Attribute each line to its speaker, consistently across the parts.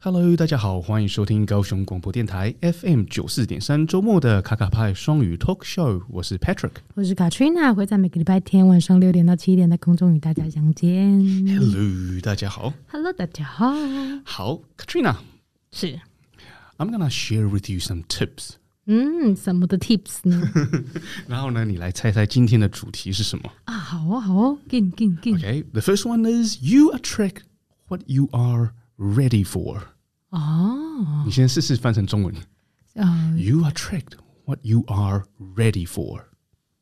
Speaker 1: Hello，大家好，欢迎收听高雄广播电台 FM 九四点三周末的卡卡派双语 Talk Show，我是 Patrick。
Speaker 2: 我是 Katrina，会在每个礼拜天晚上六点到七点在空中与大家相见。
Speaker 1: Hello，大家好。
Speaker 2: Hello，大家好，
Speaker 1: 好，Katrina，
Speaker 2: 是
Speaker 1: I'm gonna share with you some tips。
Speaker 2: 嗯，什么的 tips 呢？
Speaker 1: 然后呢，你来猜猜今天的主题是什么
Speaker 2: 啊，好哦，好哦，gin gin gin，
Speaker 1: ？Okay，the first one is you attract what you are ready for。
Speaker 2: 哦，
Speaker 1: 你先试试翻成中文。
Speaker 2: 呃
Speaker 1: You attract what you are ready for。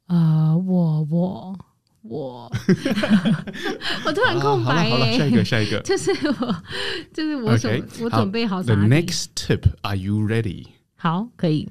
Speaker 2: 呃，我我我，我突然
Speaker 1: 好
Speaker 2: 空
Speaker 1: 了
Speaker 2: 白
Speaker 1: 啊好了，下一
Speaker 2: 耶，
Speaker 1: 个下一个。
Speaker 2: 就是我，就是我准
Speaker 1: Okay，
Speaker 2: 我
Speaker 1: 好
Speaker 2: 准备好
Speaker 1: The
Speaker 2: 啥呢？
Speaker 1: next tip, are you ready?
Speaker 2: 好，可以，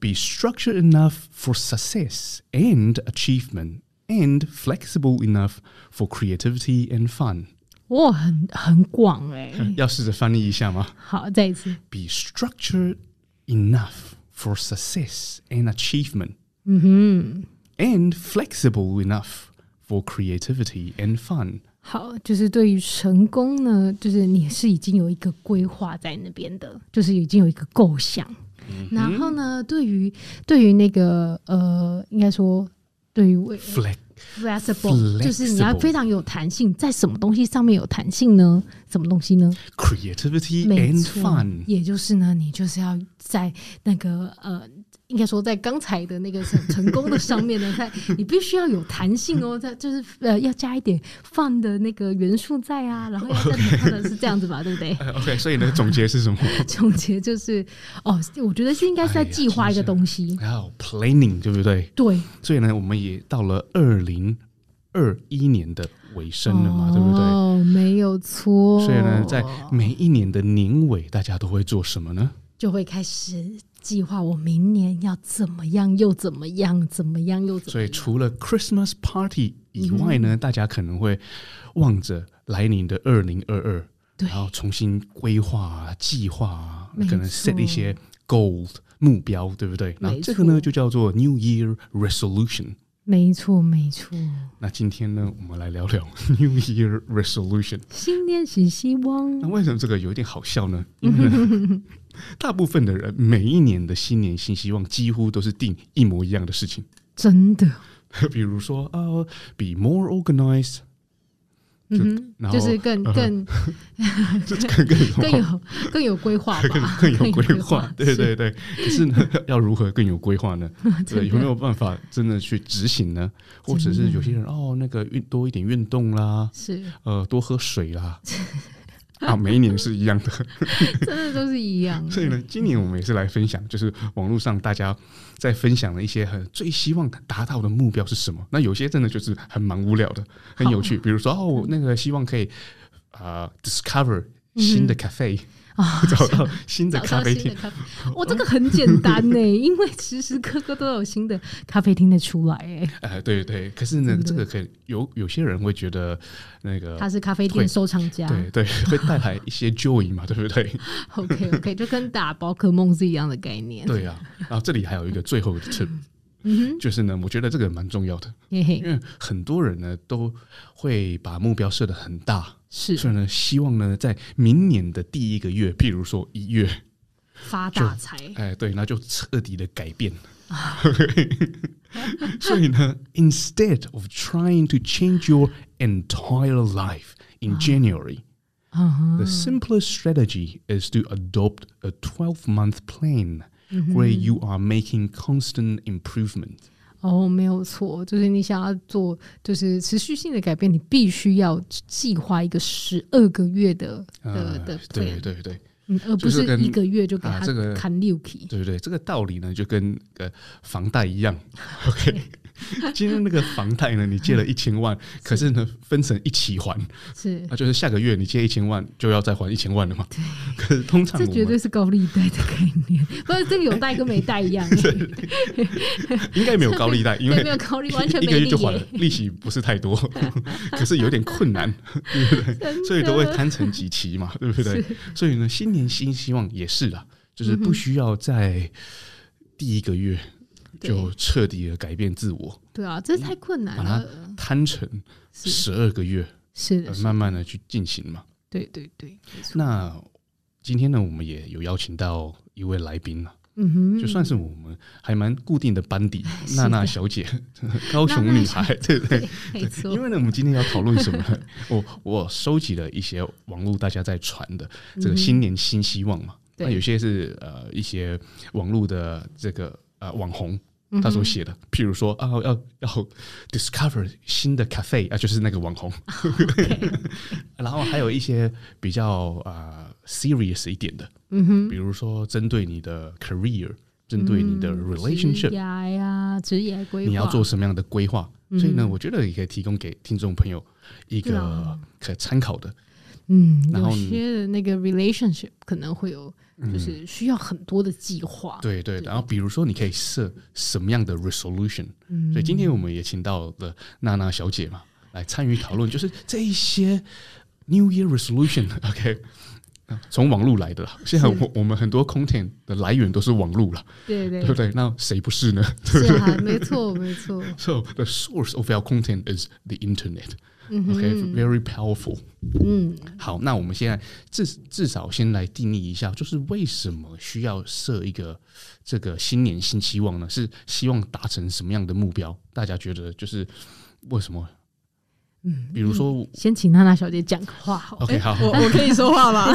Speaker 1: Be structured enough for success and achievement, and flexible enough for creativity and fun.
Speaker 2: 我很很广哎，
Speaker 1: 嗯要试着翻译一下吗？
Speaker 2: 好，再一次，
Speaker 1: Be structured enough for success and achievement,
Speaker 2: 嗯哼。
Speaker 1: and flexible enough for creativity and fun.
Speaker 2: 好，就是对于成功呢，就是你是已经有一个规划在那边的，就是已经有一个构想。然后呢，对于对于那个呃，应该说对于
Speaker 1: Flex
Speaker 2: flexible，就是你要非常有弹性，在什么东西上面有弹性呢？什么东西呢？
Speaker 1: creativity
Speaker 2: 没
Speaker 1: and
Speaker 2: 错
Speaker 1: fun.，
Speaker 2: 也就是呢，你就是要在那个呃，应该说在刚才的那个成成功的上面呢，在你必须要有弹性哦，在 就是呃要加一点 fun 的那个元素在啊，然后要再它的是这样子吧，对不对？
Speaker 1: Uh, OK，所以呢，总结是什么？
Speaker 2: 总结就是哦，我觉得是应该是在
Speaker 1: 哎呀
Speaker 2: 计划一个
Speaker 1: 真是
Speaker 2: 东西，
Speaker 1: planning，对不对？
Speaker 2: 对，
Speaker 1: 所以呢，我们也到了二零二一年的尾声了嘛，对不对？
Speaker 2: 哦，没有错。
Speaker 1: 所以呢，在每一年的年尾，大家都会做什么呢？
Speaker 2: 就会开始计划我明年要怎么样，又怎么样，怎么样又怎么
Speaker 1: 所以
Speaker 2: 样。
Speaker 1: 除了 Christmas party
Speaker 2: 嗯
Speaker 1: 以外呢，大家可能会望着来年的二零二二，
Speaker 2: 对
Speaker 1: 然后重新规划、啊、计划、啊
Speaker 2: 没，错
Speaker 1: 可能 set 一些 goal 目标，对不对？那这个呢，就叫做 New Year Resolution。
Speaker 2: 没错，没错。
Speaker 1: 那今天呢，我们来聊 聊 New Year Resolution。
Speaker 2: 新年是希望
Speaker 1: 那，为什么这个有一点好笑呢？因为 呢大部分的人每一年的新年新希望几乎都是定一模一样的事情，
Speaker 2: 真的，
Speaker 1: 比如说啊、b e more organized，就
Speaker 2: 嗯
Speaker 1: 然后
Speaker 2: 哼，就是更更
Speaker 1: 这更更有
Speaker 2: 更有更有规划吧，
Speaker 1: 更有规划，对
Speaker 2: 是
Speaker 1: 对对。可是呢，要如何更有规划 呢？对，有没有办法真的去执行 呢？或者是有些人哦，那个运多一点运动啦，
Speaker 2: 是，
Speaker 1: 呃，多喝水 啦，啊，每一年是一样的。
Speaker 2: 真的都是一样的。
Speaker 1: 所以呢，今年我们也是来分享，就是网络上大家在分享的一些很最希望达到的目标是什么。那有些真的就是很蛮无聊的，很有趣。比如说哦，我那个希望可以啊、呃 discover
Speaker 2: 嗯
Speaker 1: 新的 cafe
Speaker 2: 啊，
Speaker 1: 找到新的
Speaker 2: 找
Speaker 1: 咖
Speaker 2: 到
Speaker 1: 啡
Speaker 2: 新的
Speaker 1: 厅。
Speaker 2: 咖啡，我、这个很简单 呢、因为时时刻刻都有新的咖啡厅的出来、欸，
Speaker 1: 呃，对对，可是呢，这个可以有有些人会觉得那个
Speaker 2: 他是啊咖啡
Speaker 1: 会
Speaker 2: 店收藏家
Speaker 1: 对 对，会带来一些 joy 嘛，对不对？
Speaker 2: ，OK OK，就跟打宝可梦是一样的概念，
Speaker 1: 对啊。然后这里还有一个最后的 tip，
Speaker 2: 嗯
Speaker 1: 就是呢，我觉得这个蛮重要的。
Speaker 2: 哼，嘿
Speaker 1: 因
Speaker 2: 嘿，
Speaker 1: 为很多人呢都会把目标设得很大，所
Speaker 2: 是
Speaker 1: 以呢，希望呢在明年的第一个月，譬如说一月，
Speaker 2: 发大财，
Speaker 1: 哎，对，那就彻底的改变。 所以呢，instead of trying to change your entire life in January,
Speaker 2: 嗯哼，
Speaker 1: the simplest strategy is to adopt a 12-month plan
Speaker 2: Mm-hmm。
Speaker 1: where you are making constant improvement.
Speaker 2: 哦，没有错，就是你想要做就是持续性的改变，你必须要计划一个十二个月的的
Speaker 1: 呃
Speaker 2: 的，
Speaker 1: 对
Speaker 2: plan，
Speaker 1: 对对。
Speaker 2: 嗯，而不
Speaker 1: 就是
Speaker 2: 是
Speaker 1: 跟
Speaker 2: 一个月就给
Speaker 1: 啊
Speaker 2: 他
Speaker 1: 这个
Speaker 2: 砍六 k，
Speaker 1: 对不对？这个道理呢，就跟呃房贷一样。OK，今天那个房贷呢，你借了一千 万，可是呢分成一期还，
Speaker 2: 是
Speaker 1: 那就是下个月你借一千万就要再还一千万了嘛。可是通常
Speaker 2: 这
Speaker 1: 我
Speaker 2: 绝对
Speaker 1: 们
Speaker 2: 是高利贷的概念，不是这个有贷跟没贷一 样，
Speaker 1: 应该没有高利 贷，因
Speaker 2: 对，
Speaker 1: 为
Speaker 2: 没有高利，完全
Speaker 1: 一个
Speaker 2: 没
Speaker 1: 月
Speaker 2: 利
Speaker 1: 就还
Speaker 2: 耶
Speaker 1: 了，，利息不是 太多，可是有点困难，
Speaker 2: 真的
Speaker 1: 所以都会
Speaker 2: 啊
Speaker 1: 摊成几期嘛，对不对？所以呢，新年新希望也是啦，就是
Speaker 2: 嗯
Speaker 1: 不需要在第一个月
Speaker 2: 对
Speaker 1: 就彻底的改变自我，
Speaker 2: 对啊，这太困难
Speaker 1: 把它
Speaker 2: 了，
Speaker 1: 摊成
Speaker 2: 是
Speaker 1: 十二个月。
Speaker 2: 是的
Speaker 1: 呃，慢慢的去进行嘛。
Speaker 2: 对对对，没错
Speaker 1: 那今天呢，我们也有邀请到一位来宾了，
Speaker 2: 嗯哼，
Speaker 1: 就算是我们还蛮固定的班底，
Speaker 2: 是
Speaker 1: 娜
Speaker 2: 的
Speaker 1: 娜小姐， 高雄女孩，对不对？
Speaker 2: 对， 没错
Speaker 1: 因，为呢，我们今天要讨论什么 呢？我我收集了一些网络大家在传的这个新年新希望嘛，
Speaker 2: 嗯对
Speaker 1: 那有些是呃一些网络的这个呃网红。
Speaker 2: 嗯
Speaker 1: 他所写的，譬如说啊，要要 discover 新的 cafe 啊，就是那个网红， 然后还有一些比较啊、呃 serious 一点的，
Speaker 2: 嗯哼，
Speaker 1: 比如说针对你的 career，针对你的
Speaker 2: 嗯
Speaker 1: relationship，
Speaker 2: 职涯呀，职业规划，
Speaker 1: 你要做什么样的规划？
Speaker 2: 嗯
Speaker 1: 所以呢，我觉得也可以提供给听众朋友一
Speaker 2: 对
Speaker 1: 个
Speaker 2: 啊
Speaker 1: 可参考的。
Speaker 2: 嗯，
Speaker 1: 然
Speaker 2: 有
Speaker 1: 后嗯
Speaker 2: 些的那个 relationship 可能会有，就是需要很多的计划。
Speaker 1: 对对，
Speaker 2: 对
Speaker 1: 然后比如说你可以设什么样的 resolution？
Speaker 2: 嗯，
Speaker 1: 所以今天我们也请到了娜娜小姐嘛，来参与讨论，就是这一些 New Year resolution。OK。啊从网络来的啦，现在我我们很多 content 的来源都是网络了，
Speaker 2: 对对
Speaker 1: 对不对？那谁不是呢？
Speaker 2: 是啊，没错没 错，
Speaker 1: So the source of our content is the internet.
Speaker 2: 嗯
Speaker 1: Okay,
Speaker 2: 哼，
Speaker 1: very powerful.
Speaker 2: 嗯
Speaker 1: 好，那我们现在至至少先来定义一下，就是为什么需要设一个这个新年新希望呢？是希望达成什么样的目标？大家觉得就是为什么？
Speaker 2: 嗯，
Speaker 1: 比如说
Speaker 2: 先请娜娜小姐讲个话好了。
Speaker 1: ，OK，好，
Speaker 3: 哎我我可以说话 吗？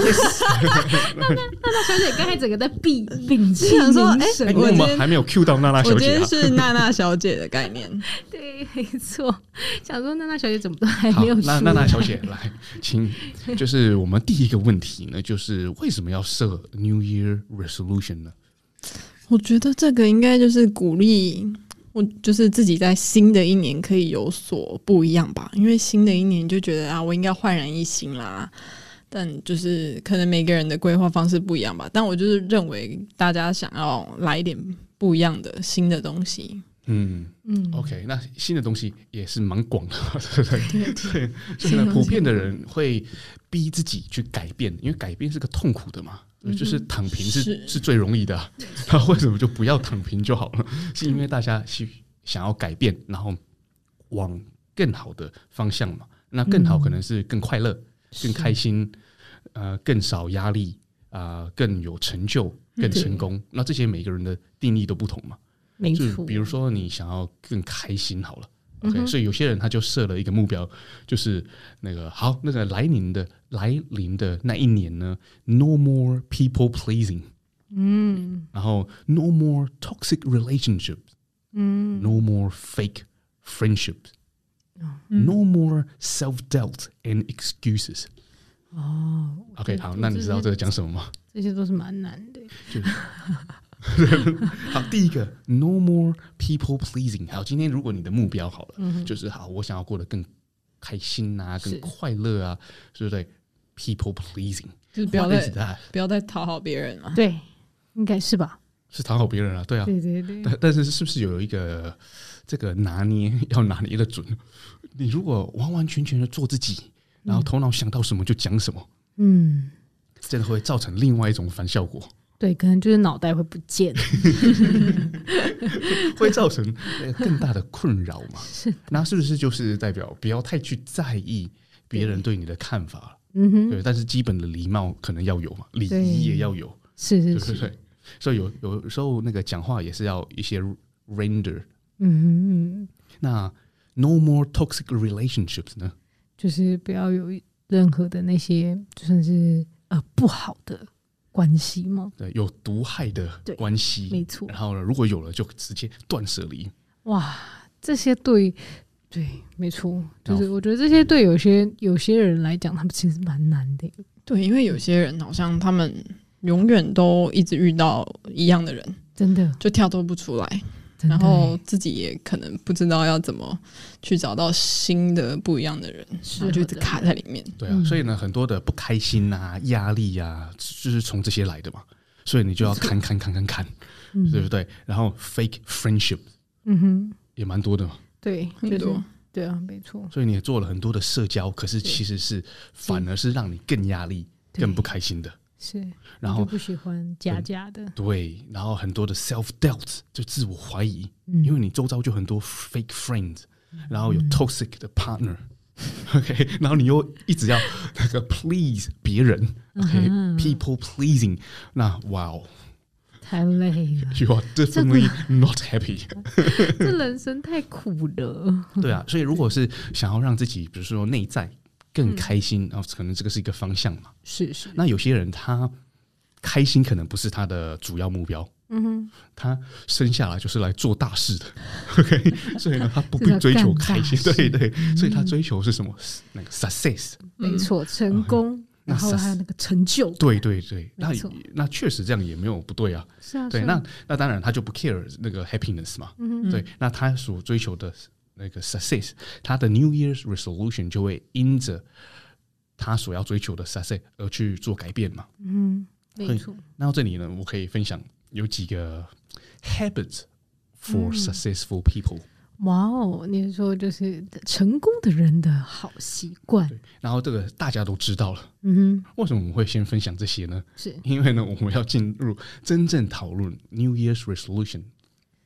Speaker 2: 小姐刚才整个在闭屏气
Speaker 3: 想说
Speaker 2: 凝
Speaker 3: 哎
Speaker 1: 哎
Speaker 2: 神，
Speaker 1: 因为
Speaker 3: 我
Speaker 1: 我
Speaker 3: 今
Speaker 1: 们
Speaker 3: 天
Speaker 1: 还没有 Q 到娜娜
Speaker 3: 我
Speaker 1: 小
Speaker 3: 今
Speaker 1: 姐
Speaker 3: 天
Speaker 1: 啊。
Speaker 3: 是娜娜小姐的概念。
Speaker 2: 对，没错，想说娜娜小姐怎么都还
Speaker 1: 好
Speaker 2: 没有，
Speaker 1: 那
Speaker 2: 出
Speaker 1: 娜
Speaker 3: 啊
Speaker 1: 娜
Speaker 2: 来
Speaker 1: 小姐来，请，就是我们第一个问题呢，就是为什么要设 New Year Resolution 呢？
Speaker 3: 我觉得这个应该就是鼓励我，就是自己在新的一年可以有所不一样吧。因为新的一年就觉得啊，我应该焕然一新啦。但就是可能每个人的规划方式不一样吧。但我就是认为大家想要来一点不一样的新的东西。
Speaker 1: 嗯，
Speaker 2: 嗯
Speaker 1: OK，那新的东西也是蛮广的， 对不对？
Speaker 3: 对
Speaker 1: 对，所以呢，普遍的人会逼自己去改变，因为改变是个痛苦的嘛，就是躺平是是
Speaker 3: 嗯是
Speaker 1: 最容易的啊、那为什么就不要躺平就好了？ 是因为大家去想要改变，然后往更好的方向嘛。那更好可能是更快乐、
Speaker 3: 嗯
Speaker 1: 更开心，呃，更少压力啊、更有成就、更成功。那这些每个人的定义都不同嘛。
Speaker 2: 没
Speaker 1: 就是
Speaker 2: 错，
Speaker 1: 比如说你想要更开心好了
Speaker 2: 嗯
Speaker 1: ，OK，、
Speaker 2: 哼
Speaker 1: 所以有些人他就设了一个目标，就是那个好，那个来临的来临的那一年呢，no more people pleasing，
Speaker 2: 嗯
Speaker 1: 然后 no more toxic relationships，no
Speaker 2: 嗯哦
Speaker 1: more fake friendships，no
Speaker 3: 嗯
Speaker 1: more self doubt and excuses。
Speaker 2: 哦
Speaker 1: OK，好，那你知道这个讲什么吗？
Speaker 2: 这些都是蛮难的，
Speaker 1: 好，第一个 no more people pleasing。好，今天如果你的目标好了，就是好，我想要过得更开心啊，更
Speaker 2: 是
Speaker 1: 快乐啊，对不对？People pleasing，啊
Speaker 3: 就是不要
Speaker 1: What is
Speaker 3: 再
Speaker 1: that？
Speaker 3: 不要再讨好别人了。
Speaker 2: 对，应该是吧？
Speaker 1: 是讨好别人啊，对啊。
Speaker 2: 对对对，
Speaker 1: 但但是是不是有一个这个拿捏要拿捏的准？你如果完完全全的做自己，然后头脑想到什么就讲什么，
Speaker 2: 嗯，
Speaker 1: 真的会造成另外一种反效果，
Speaker 2: 对，可能就是脑袋会不 见，
Speaker 1: 会造 成呃更大的困扰嘛？是，那是不是就是代表不要太去在意别人对你的看法了？
Speaker 2: 嗯哼，
Speaker 1: 对，但是基本的礼貌可能要有嘛，礼
Speaker 2: 对
Speaker 1: 仪也要有，
Speaker 2: 是
Speaker 1: 对
Speaker 2: 是
Speaker 1: 不
Speaker 2: 是，
Speaker 1: 对？所以有有时候那个讲话也是要一些 render。
Speaker 2: 嗯哼嗯，
Speaker 1: 那 no more toxic relationships 呢？
Speaker 2: 就是不要有任何的那些，就算是呃不好的关系吗？
Speaker 1: 对，有毒害的
Speaker 2: 对
Speaker 1: 关系，
Speaker 2: 没错
Speaker 1: 然后呢，如果有了就直接断舍离。
Speaker 2: 哇，这些对对，没错，就
Speaker 1: 然
Speaker 2: 是我觉得这些对有些有些人来讲，他们其实蛮难的。
Speaker 3: 对，因为有些人好像他们永远都一直遇到一样的人，
Speaker 2: 真的，
Speaker 3: 就跳脱不出来。
Speaker 2: 真的
Speaker 3: 然后自己也可能不知道要怎么去找到新的不一样的人，
Speaker 2: 适
Speaker 3: 然后
Speaker 2: 合
Speaker 3: 就一直
Speaker 2: 的
Speaker 3: 卡在里面。
Speaker 1: 对啊，
Speaker 2: 嗯
Speaker 1: 所以呢，很多的不开心啊、压力啊，就是从这些来的嘛。所以你就要砍砍砍砍砍，
Speaker 2: 嗯
Speaker 1: 对不对？然后 fake friendship
Speaker 2: 嗯哼，
Speaker 1: 也蛮多的嘛。
Speaker 2: 对，
Speaker 3: 很
Speaker 2: 就是
Speaker 3: 多
Speaker 2: 对啊，没错，
Speaker 1: 所以你也做了很多的社交，可是其实是反而是让你更压力、
Speaker 2: 对嗯
Speaker 1: 更不开心的。
Speaker 2: 是，
Speaker 1: 然后
Speaker 2: 我就不喜欢假假的，
Speaker 1: 对，然后很多的 self doubt 就自我怀疑，
Speaker 2: 嗯嗯
Speaker 1: 因为你周遭就很多 fake friends，然后有 toxic 的 partner， OK，然后你又一直要那个 please 别人
Speaker 2: 嗯
Speaker 1: ，OK，people、pleasing，那 wow，you
Speaker 2: 太累了，
Speaker 1: are definitely not happy。
Speaker 2: 这人生太苦了。
Speaker 1: 对啊，所以如果是想要让自己，比如说内在更开心，然后可能这个是一个方向嘛。
Speaker 2: 嗯是是，
Speaker 1: 那有些人他开心可能不是他的主要目标，
Speaker 3: 嗯哼，
Speaker 1: 他生下来就是来做大事的。OK，所以呢，他不必
Speaker 2: 是要
Speaker 1: 追求
Speaker 2: 干大
Speaker 1: 开心，
Speaker 2: 事嗯
Speaker 1: 对对，所以他追求是什么？那个 success。
Speaker 3: 嗯
Speaker 2: 没错，成功，
Speaker 1: 哦那
Speaker 2: 然后
Speaker 1: 是
Speaker 2: 还有那个成就，
Speaker 1: 对对对，那
Speaker 2: 没错
Speaker 1: 那确实这样也没有不对啊。
Speaker 2: 是啊，
Speaker 1: 对，
Speaker 2: 是啊
Speaker 1: 那那当然他就不 care 那个 happiness 嘛。
Speaker 2: 嗯
Speaker 1: 对，那他所追求的那个 success，他的 New Year's resolution 就会因着他所要追求的 success 而去做改变嘛。
Speaker 2: 嗯，没
Speaker 1: 会
Speaker 2: 错，
Speaker 1: 那到这里呢，我可以分享有几个 habits for
Speaker 2: 嗯
Speaker 1: successful people、
Speaker 2: 哇哦，你说就是成功的人的好习惯，
Speaker 1: 对，然后这个大家都知道了，
Speaker 2: 嗯
Speaker 1: 为什么我们会先分享这些呢
Speaker 2: 哼？，是
Speaker 1: 因为呢，我们要进入真正讨论 New Year's resolution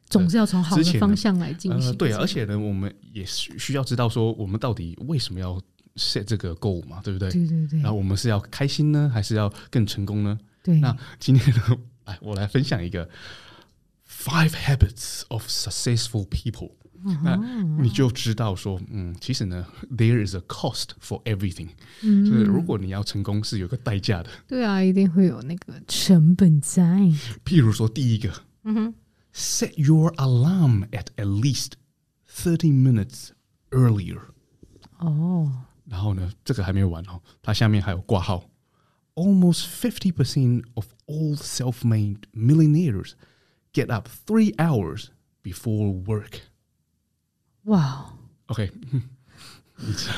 Speaker 2: 总是要从好
Speaker 1: 之前
Speaker 2: 的
Speaker 1: 呢
Speaker 2: 方向来进
Speaker 1: 呃，
Speaker 2: 行，
Speaker 1: 对啊，而且呢，我们也需需要知道说，我们到底为什么要 set 这个 goal 嘛，对不对？
Speaker 2: 对对对
Speaker 1: 然后我们是要开心呢，还是要更成功呢？
Speaker 2: 对，
Speaker 1: 那今天呢，来我来分享一个 Five Habits of Successful People，、那你就知道说，嗯，其实呢，there is a cost for everything，、就是如果你要成功是有个代价的。
Speaker 2: 对啊，一定会有那个成本在，
Speaker 1: 譬如说，第一个，
Speaker 2: 嗯哼，
Speaker 1: set your alarm at at least thirty minutes earlier。
Speaker 2: 哦，
Speaker 1: 然后呢，这个还没有完哦，它下面还有挂号。Almost fifty percent of all self-made millionaires get up three hours before work.
Speaker 2: 哇，哦
Speaker 1: OK，你知道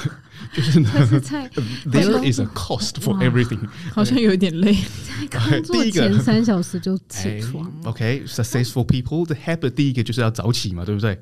Speaker 1: 就是呢
Speaker 2: 他是在
Speaker 1: ，there is a cost for
Speaker 2: 哇
Speaker 1: everything.
Speaker 3: 好像有一点 累。
Speaker 2: 工作
Speaker 1: 第一个
Speaker 2: 前三小时就
Speaker 1: 哎
Speaker 2: 起床，
Speaker 1: ，OK，successful people the habit 第一个就是要早起嘛，对不对？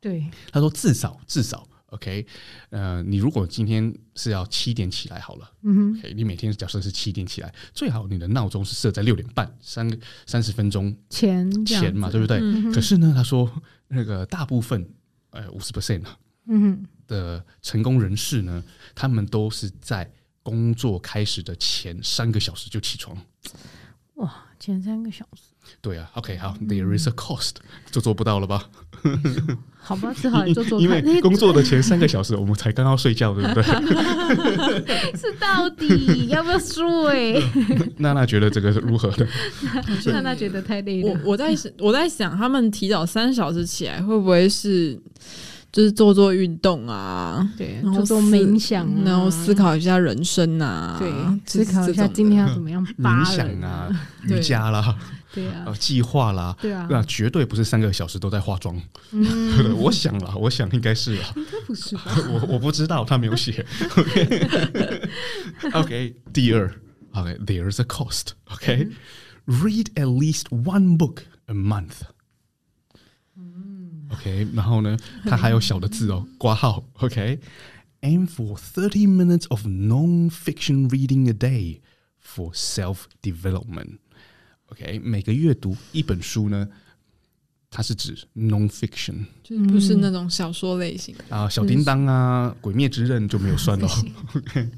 Speaker 2: 对，
Speaker 1: 他说至少至少 OK，呃，你如果今天是要七点起来好了。
Speaker 2: 嗯哼，
Speaker 1: OK，你每天假设是七点起来，最好你的闹钟是设在六点半，三个三十分钟
Speaker 2: 钱这样
Speaker 1: 前嘛，
Speaker 2: 子
Speaker 1: 对不对？
Speaker 3: 嗯
Speaker 1: 可是呢，他说那个大部分，呃，五十 percent
Speaker 2: 嗯
Speaker 1: 的成功人士呢，他们都是在工作开始的前三个小时就起床。
Speaker 2: 哼，哇，前三个小时，
Speaker 1: 对啊，OK，好，There
Speaker 2: 嗯
Speaker 1: is a cost，就做不到了吧？
Speaker 2: 好吧，只好来啊做做
Speaker 1: 因
Speaker 2: 看，
Speaker 1: 为工作的前三个小时，我们才刚刚睡觉，对不 对？
Speaker 2: 是到底要不要 睡？
Speaker 1: 娜娜觉得这个如何呢？
Speaker 2: 让他觉得太累
Speaker 3: 我
Speaker 2: 了。
Speaker 3: 我在我在想，他们提早三小时起来，会不会是就是做做运动啊？
Speaker 2: 对，
Speaker 3: 然后
Speaker 2: 做做
Speaker 3: 思
Speaker 2: 冥想啊，
Speaker 3: 然后思考一下人生啊，
Speaker 2: 对，
Speaker 3: 就是
Speaker 2: 思考一
Speaker 3: 这种
Speaker 2: 下
Speaker 3: 的
Speaker 2: 今天要怎么样
Speaker 1: 冥
Speaker 2: 扒
Speaker 1: 想
Speaker 2: 人
Speaker 1: 啊，，
Speaker 3: 对
Speaker 1: 瑜伽啦，
Speaker 2: 对啊
Speaker 1: 呃，，计划啦，
Speaker 2: 对啊，
Speaker 1: 那绝对不是三个小时都在化妆。
Speaker 2: 嗯，
Speaker 1: 对 我想了，我想应该是啊了，
Speaker 2: 应该不是吧？
Speaker 1: 我我不知道，他没有写。OK，, 第二，OK，there's、a cost。OK，read、at least one book a month。OK，然后呢，它还有小的字哦，挂号。OK，aim、for thirty minutes of non-fiction reading a day for self development。OK，每个月读一本书呢，它是指 non-fiction。
Speaker 3: 就是不
Speaker 2: 嗯
Speaker 3: 是那种小说类型的。
Speaker 1: 啊，小叮当啊，《鬼灭之刃》就没有算了。 所以
Speaker 2: 嗯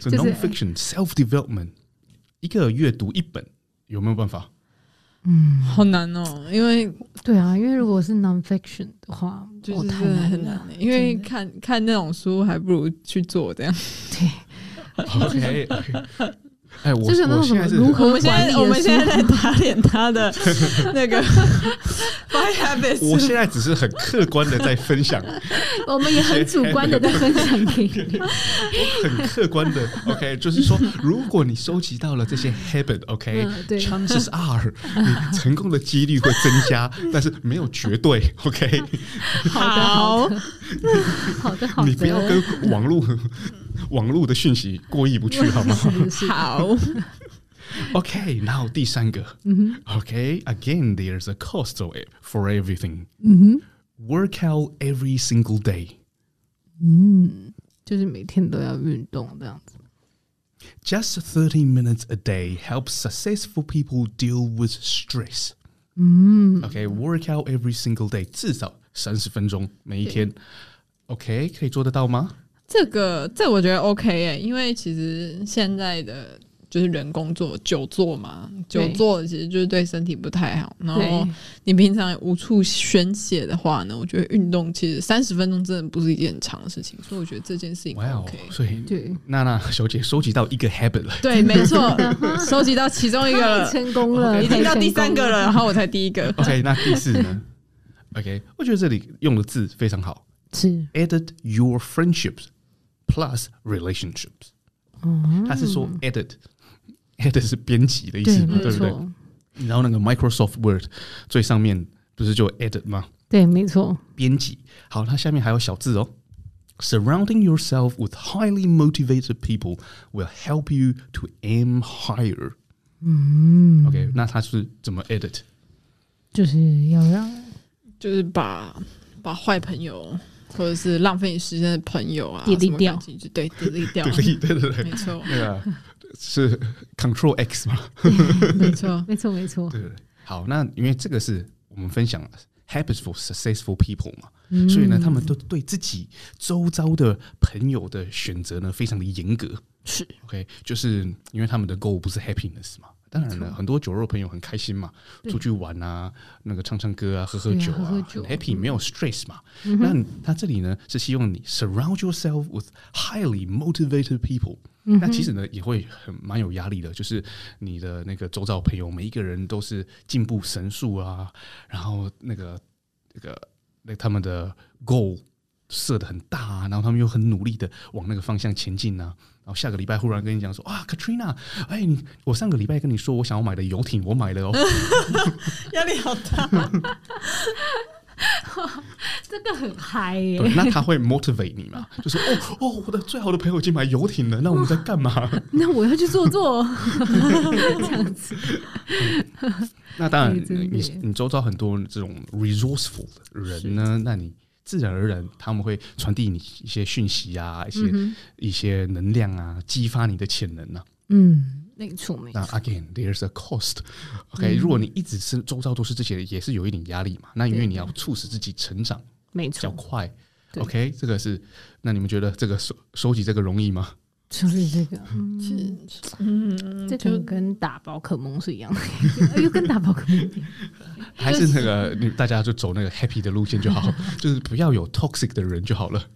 Speaker 2: 就是
Speaker 1: nonfiction self development 一个月读一本有没有办 法？
Speaker 3: 好难哦，因为
Speaker 2: 对啊，因为如果是 nonfiction 的话，
Speaker 3: 就
Speaker 2: 哦
Speaker 3: 是
Speaker 2: 太
Speaker 3: 真的很难
Speaker 2: 了
Speaker 3: 欸，，因为
Speaker 2: 真的
Speaker 3: 看 看那种书还不如去做这样。
Speaker 2: 对，
Speaker 1: OK，哎，我
Speaker 2: 就是那
Speaker 1: 我
Speaker 2: 种什
Speaker 1: 现
Speaker 2: 么
Speaker 1: 在是
Speaker 2: 如
Speaker 3: 我
Speaker 2: 何
Speaker 3: 们现
Speaker 2: 管理
Speaker 3: 在
Speaker 2: 的
Speaker 3: 我们现在
Speaker 2: 书
Speaker 3: 在打脸他 的那个 Five Habits，
Speaker 1: 我现在只是很客观的在分 享，
Speaker 2: 我们也很主观的在分享给你。
Speaker 1: 很客观的 OK，就是说，如果你收集到了这些 habit OK，
Speaker 2: 嗯对
Speaker 1: chances are 你成功的几率会增 加，但是没有绝对 OK。
Speaker 2: 好的，好的， 好的，好的，
Speaker 1: 你不要跟网 络网络的讯息过意不去好吗？
Speaker 2: 是是是，
Speaker 3: 好
Speaker 1: Okay, now 第三个。Okay, again, there's a cost of it for everything.
Speaker 2: 嗯哼，
Speaker 1: Work out every single day.
Speaker 2: 嗯，就是每天都要运动这样子。
Speaker 1: Just 30 minutes a day helps successful people deal with stress. Okay, work out every single day. 至少三十分钟每一天。Okay，可以做得到吗？
Speaker 3: 这个这我觉得 OK 哎、因为其实现在的就是人工作久坐嘛，久
Speaker 2: 对
Speaker 3: 坐其实就是对身体不太好。然后
Speaker 2: 对
Speaker 3: 你平常无处宣泄的话呢，我觉得运动其实三十分钟真的不是一件很长的事情，所以我觉得这件事情
Speaker 1: 哇哦
Speaker 3: OK。
Speaker 1: 所以
Speaker 2: 对，
Speaker 1: 娜娜小姐收集到一个 habit 了，
Speaker 3: 对，没错，收集到其中一个
Speaker 2: 太
Speaker 3: 了，
Speaker 2: 成功了，
Speaker 3: 已经到
Speaker 2: 太成
Speaker 3: 第三
Speaker 2: 功
Speaker 3: 个了，然，后我才第一个。
Speaker 1: OK，那第四呢？OK，我觉得这里用的字非常好
Speaker 2: 是，
Speaker 1: ，edit your friendships plus relationships。
Speaker 2: 嗯，
Speaker 1: 它是说 edit。edit 是编辑的意
Speaker 2: 对，
Speaker 1: 思嘛，
Speaker 2: 没
Speaker 1: 对不对？
Speaker 2: 错，
Speaker 1: 然后那个 Microsoft Word 最上面不是就 edit 吗？
Speaker 2: 对，没错，
Speaker 1: 编辑。好，它下面还有小字哦。Surrounding yourself with highly motivated people will help you to aim higher。嗯，OK，那它是怎么 edit？
Speaker 2: 就是要让
Speaker 3: 就是把把坏朋友或者是浪费你时间的朋友啊，
Speaker 2: delete
Speaker 3: 什么
Speaker 2: 掉
Speaker 3: 感情就对 delete 掉，
Speaker 1: 对对对对，
Speaker 3: 没错，
Speaker 1: 那个 是 Control X 嘛？
Speaker 3: 没错，
Speaker 2: 没错，没错，
Speaker 1: 对对对。好，那因为这个是我们分享 habits for successful people 嘛，
Speaker 2: 嗯
Speaker 1: 所以呢，他们都对自己周遭的朋友的选择呢，非常的严格。
Speaker 2: 是
Speaker 1: OK，就是因为他们的 goal 不是 happiness 嘛。当然了，很多酒肉朋友很开心嘛，
Speaker 2: 对
Speaker 1: 出去玩啊，那个唱唱歌啊，喝喝
Speaker 2: 对啊嗯
Speaker 1: 酒啊，
Speaker 2: 喝喝酒
Speaker 1: 很 happy，没有 stress 嘛。那他这里呢是希望你 surround yourself with highly motivated people。那
Speaker 2: 嗯
Speaker 1: 其实呢也会很蛮有压力的，就是你的那个周遭朋友每一个人都是进步神速啊，然后那个那个那他们的 goal 设的很大、啊，然后他们又很努力的往那个方向前进啊。然后下个礼拜忽然跟你讲说啊，Katrina，哎，你我上个礼拜跟你说我想要买的游艇，我买 了哦。
Speaker 3: 压力好大。
Speaker 2: 这个很嗨耶，
Speaker 1: 对，那他会 motivate 你嘛？就说哦哦，我的最好的朋友已经买游艇 了，那我们在干嘛？
Speaker 2: 那我要去 做做，这样子，
Speaker 1: 那当然
Speaker 2: 对，真的
Speaker 1: 你
Speaker 2: 耶
Speaker 1: 你周遭很多这种 resourceful 的人呢，那你自然而然他们会传递你一些讯息啊，一些、
Speaker 2: 嗯
Speaker 1: 一些能量啊，激发你的潜能啊。
Speaker 2: 嗯，没错，嗯没
Speaker 1: 那
Speaker 2: 错，
Speaker 1: again there's a cost。OK，、如果你一直是周遭都是这些，也是有一点压力嘛。那因为
Speaker 2: 对
Speaker 1: 你要促使自己成长
Speaker 2: 没
Speaker 1: 比较
Speaker 2: 错，
Speaker 1: 快。
Speaker 2: 对
Speaker 1: OK，这个是那你们觉得这个收收集这个容易吗？
Speaker 2: 就是这个，嗯。
Speaker 3: 嗯嗯，
Speaker 2: 这
Speaker 3: 就
Speaker 2: 个跟打宝可梦是一样 的，又跟打宝可梦一样。
Speaker 1: 还是那个你大家就走那个 happy 的路线就好， 就是不要有 toxic 的人就好了。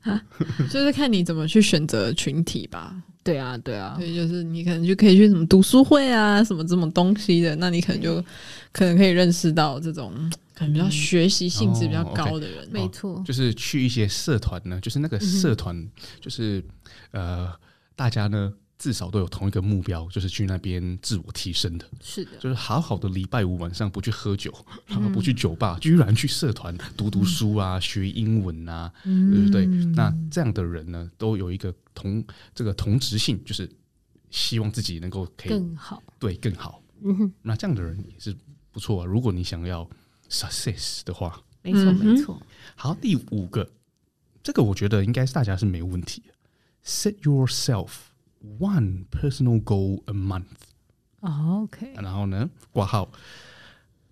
Speaker 3: 就是看你怎么去选择群体吧。
Speaker 2: 对啊，对啊
Speaker 3: 所，以就是你可能就可以去什么读书会啊，什么这种东西的，那你可能就可能可以认识到这种可能比较学习性质比较
Speaker 1: 哦，OK
Speaker 3: 高的人。
Speaker 2: 没错，
Speaker 1: 哦就是去一些社团呢，就是那个社团，就是呃，大家呢至少都有同一个目标，就是去那边自我提升的。
Speaker 2: 是的，嗯
Speaker 1: 就是好好的礼拜五晚上不去喝酒，然后不去酒吧，居然去社团读读书啊，学英文啊，对
Speaker 2: 嗯
Speaker 1: 不对？那这样的人呢，都有一个同这个同质性，就是希望自己能够可以
Speaker 2: 更好。
Speaker 1: 对更好。
Speaker 2: 嗯哼，
Speaker 1: 那这样的人也是不错啊。如果你想要 success 的话，
Speaker 2: 没错，
Speaker 3: 嗯哼
Speaker 2: 没错。
Speaker 1: 好，第五个，这个我觉得应该是大家是没有问题的。Set yourself one personal goal a month，
Speaker 2: 哦 OK，
Speaker 1: 然后呢，挂号。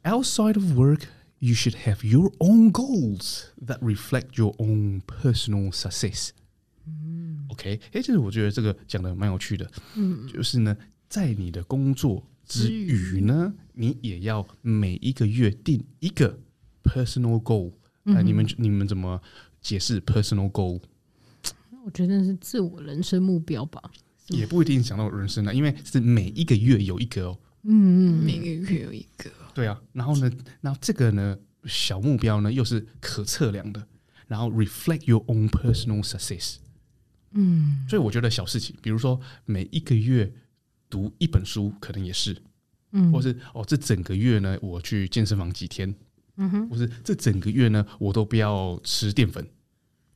Speaker 1: Outside of work, you should have your own goals that reflect your own personal success. OK，哎、这是我觉得这个讲的蛮有趣的。
Speaker 2: 嗯，
Speaker 1: 就是呢，在你的工作之余呢，你也要每一个月定一个 personal goal。哎、你们你们怎么解释 personal goal？
Speaker 2: 我觉得是自我人生目标吧。是吗
Speaker 1: 也不一定想到人生啊，因为是每一个月有一个哦。
Speaker 2: 嗯
Speaker 3: 每
Speaker 2: 嗯，
Speaker 3: 个月有一个，
Speaker 1: 对啊，然后呢，然后这个呢，小目标呢又是可测量的，然后 reflect your own personal success。嗯，所以我觉得小事情，比如说每一个月读一本书，可能也是，
Speaker 2: 嗯
Speaker 1: 或是哦，这整个月呢，我去健身房几天，嗯哼，或是这整个月呢，我都不要吃淀粉，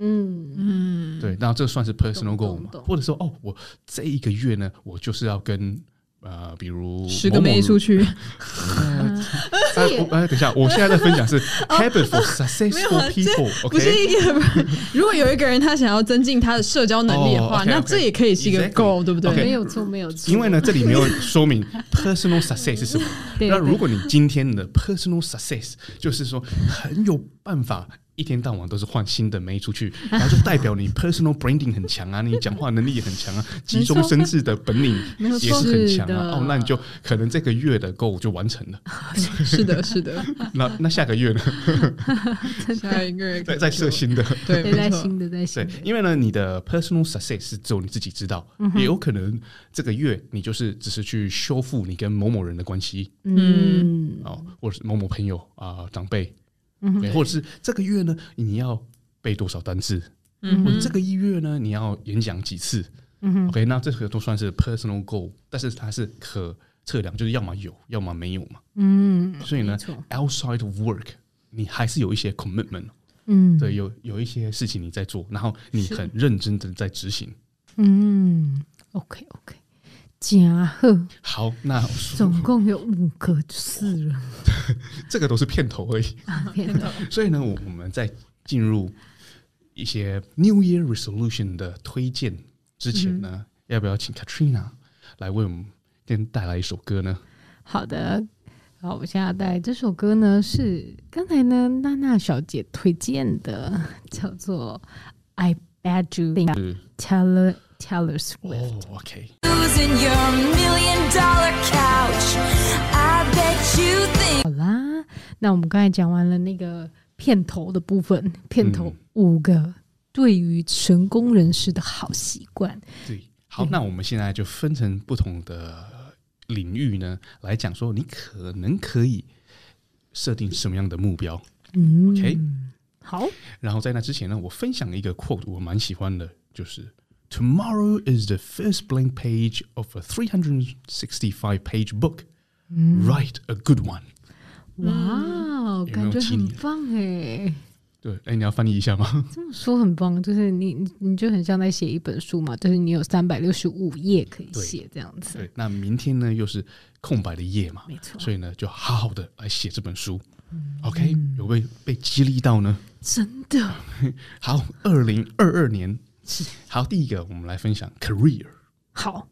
Speaker 2: 嗯，
Speaker 3: 嗯，
Speaker 1: 对，那这算是 personal
Speaker 2: 懂
Speaker 1: goal 嘛
Speaker 2: 懂？
Speaker 1: 或者说哦，我这一个月呢，我就是要跟呃，比如
Speaker 3: 十个
Speaker 1: 某某
Speaker 3: 妹出去，
Speaker 1: 哎，我哎，等一下，我现在在分享是
Speaker 3: 哦
Speaker 1: habit for successful
Speaker 3: 啊不是
Speaker 1: people，OK？
Speaker 3: 一个。如果有一个人他想要增进他的社交能力的话
Speaker 1: 哦，，OK，OK
Speaker 3: 那这也可以是一个
Speaker 1: Exactly
Speaker 3: goal，对不对？
Speaker 1: OK
Speaker 2: 没有错，没有错。
Speaker 1: 因为呢，这里没有说 明 personal success 是什么。
Speaker 2: 对，
Speaker 1: 那如
Speaker 2: 对
Speaker 1: 果你今天的 personal success 就是说很有办法一天到晚都是换新的妹出 去，然后就代表你 personal branding 很强啊，你讲话能力也很强 啊，急中生智的本领
Speaker 3: 没有
Speaker 1: 也
Speaker 3: 错
Speaker 1: 是很强
Speaker 2: 是的
Speaker 1: 啊。哦，那你就可能这个月的 goal 就完成了，
Speaker 3: 是的，是的，
Speaker 1: 那那下个月 呢，
Speaker 3: 下一个
Speaker 1: 再再设新的。
Speaker 3: 对，
Speaker 2: 对，
Speaker 3: 没
Speaker 2: 在
Speaker 3: 错，
Speaker 2: 新的，在新
Speaker 1: 对
Speaker 2: 的，，
Speaker 1: 因为呢，你的 personal success 是只有你自己知道，
Speaker 2: 嗯
Speaker 1: 也有可能这个月你就是只是去修复你跟某某人的关系
Speaker 2: 嗯，
Speaker 1: 哦，或者是某某朋友啊、长辈，
Speaker 2: 嗯哼
Speaker 1: 对，或者是这个月呢，你要背多少单词，
Speaker 3: 嗯
Speaker 1: 或
Speaker 3: 哼
Speaker 1: 者这个一月呢，你要演讲几次，
Speaker 2: 嗯哼，
Speaker 1: OK，那这个都算是 personal goal，但是它是可测量，就是要么有，要么没有嘛。
Speaker 2: 嗯，
Speaker 1: 所以呢
Speaker 2: 没错，
Speaker 1: ，outside of work，你还是有一些 commitment，
Speaker 2: 嗯，
Speaker 1: 对，有有一些事情你在做，然后你很认真的在执行。
Speaker 2: 嗯，OK OK，假贺
Speaker 1: 好，那
Speaker 2: 总共有五个就是了， 啊
Speaker 1: 这个都是片头而已。 所以呢，我我们在进入一些 New Year resolution 的推荐之前呢，要不要请 Katrina 来为我们今天带来一首歌呢？
Speaker 2: 好的，好，我现在要带这首歌呢是刚才呢娜娜小姐推荐的，叫做《I Bet You Think
Speaker 1: 是
Speaker 2: Taylor Taylor Swift》。
Speaker 1: 哦，OK，
Speaker 4: losing your million dollar couch. I bet you think
Speaker 2: 好啦，那我们刚才讲完了那个片头的部分，片头
Speaker 1: 嗯
Speaker 2: 五个对于成功人士的好习惯。
Speaker 1: 对，好，
Speaker 2: 对
Speaker 1: 那我们现在就分成不同的领域呢，来讲说你可能可以设定什么样的目标。
Speaker 2: 嗯
Speaker 1: OK
Speaker 2: 好，
Speaker 1: 然后在那之前呢，我分享一个 quote，我蛮喜欢的，就是 "Tomorrow is the first blank page of a 365 page book. Write a good one."
Speaker 2: 哇哦，
Speaker 1: 有没有
Speaker 2: 感觉
Speaker 1: 气
Speaker 2: 很
Speaker 1: 你
Speaker 2: 棒哎。
Speaker 1: 对，哎，你要翻译一下吗？
Speaker 2: 这么说很棒，就是你你你就很像在写一本书嘛，就是你有三百六十五页可以
Speaker 1: 对
Speaker 2: 写这样子，
Speaker 1: 对，那明天呢又是空白的夜嘛，
Speaker 2: 没错
Speaker 1: 所以呢就好好的来写这本书。OK，有被被激励到呢？
Speaker 2: 真的
Speaker 1: 好，二零二二年好，第一个我们来分享 career。
Speaker 2: 好，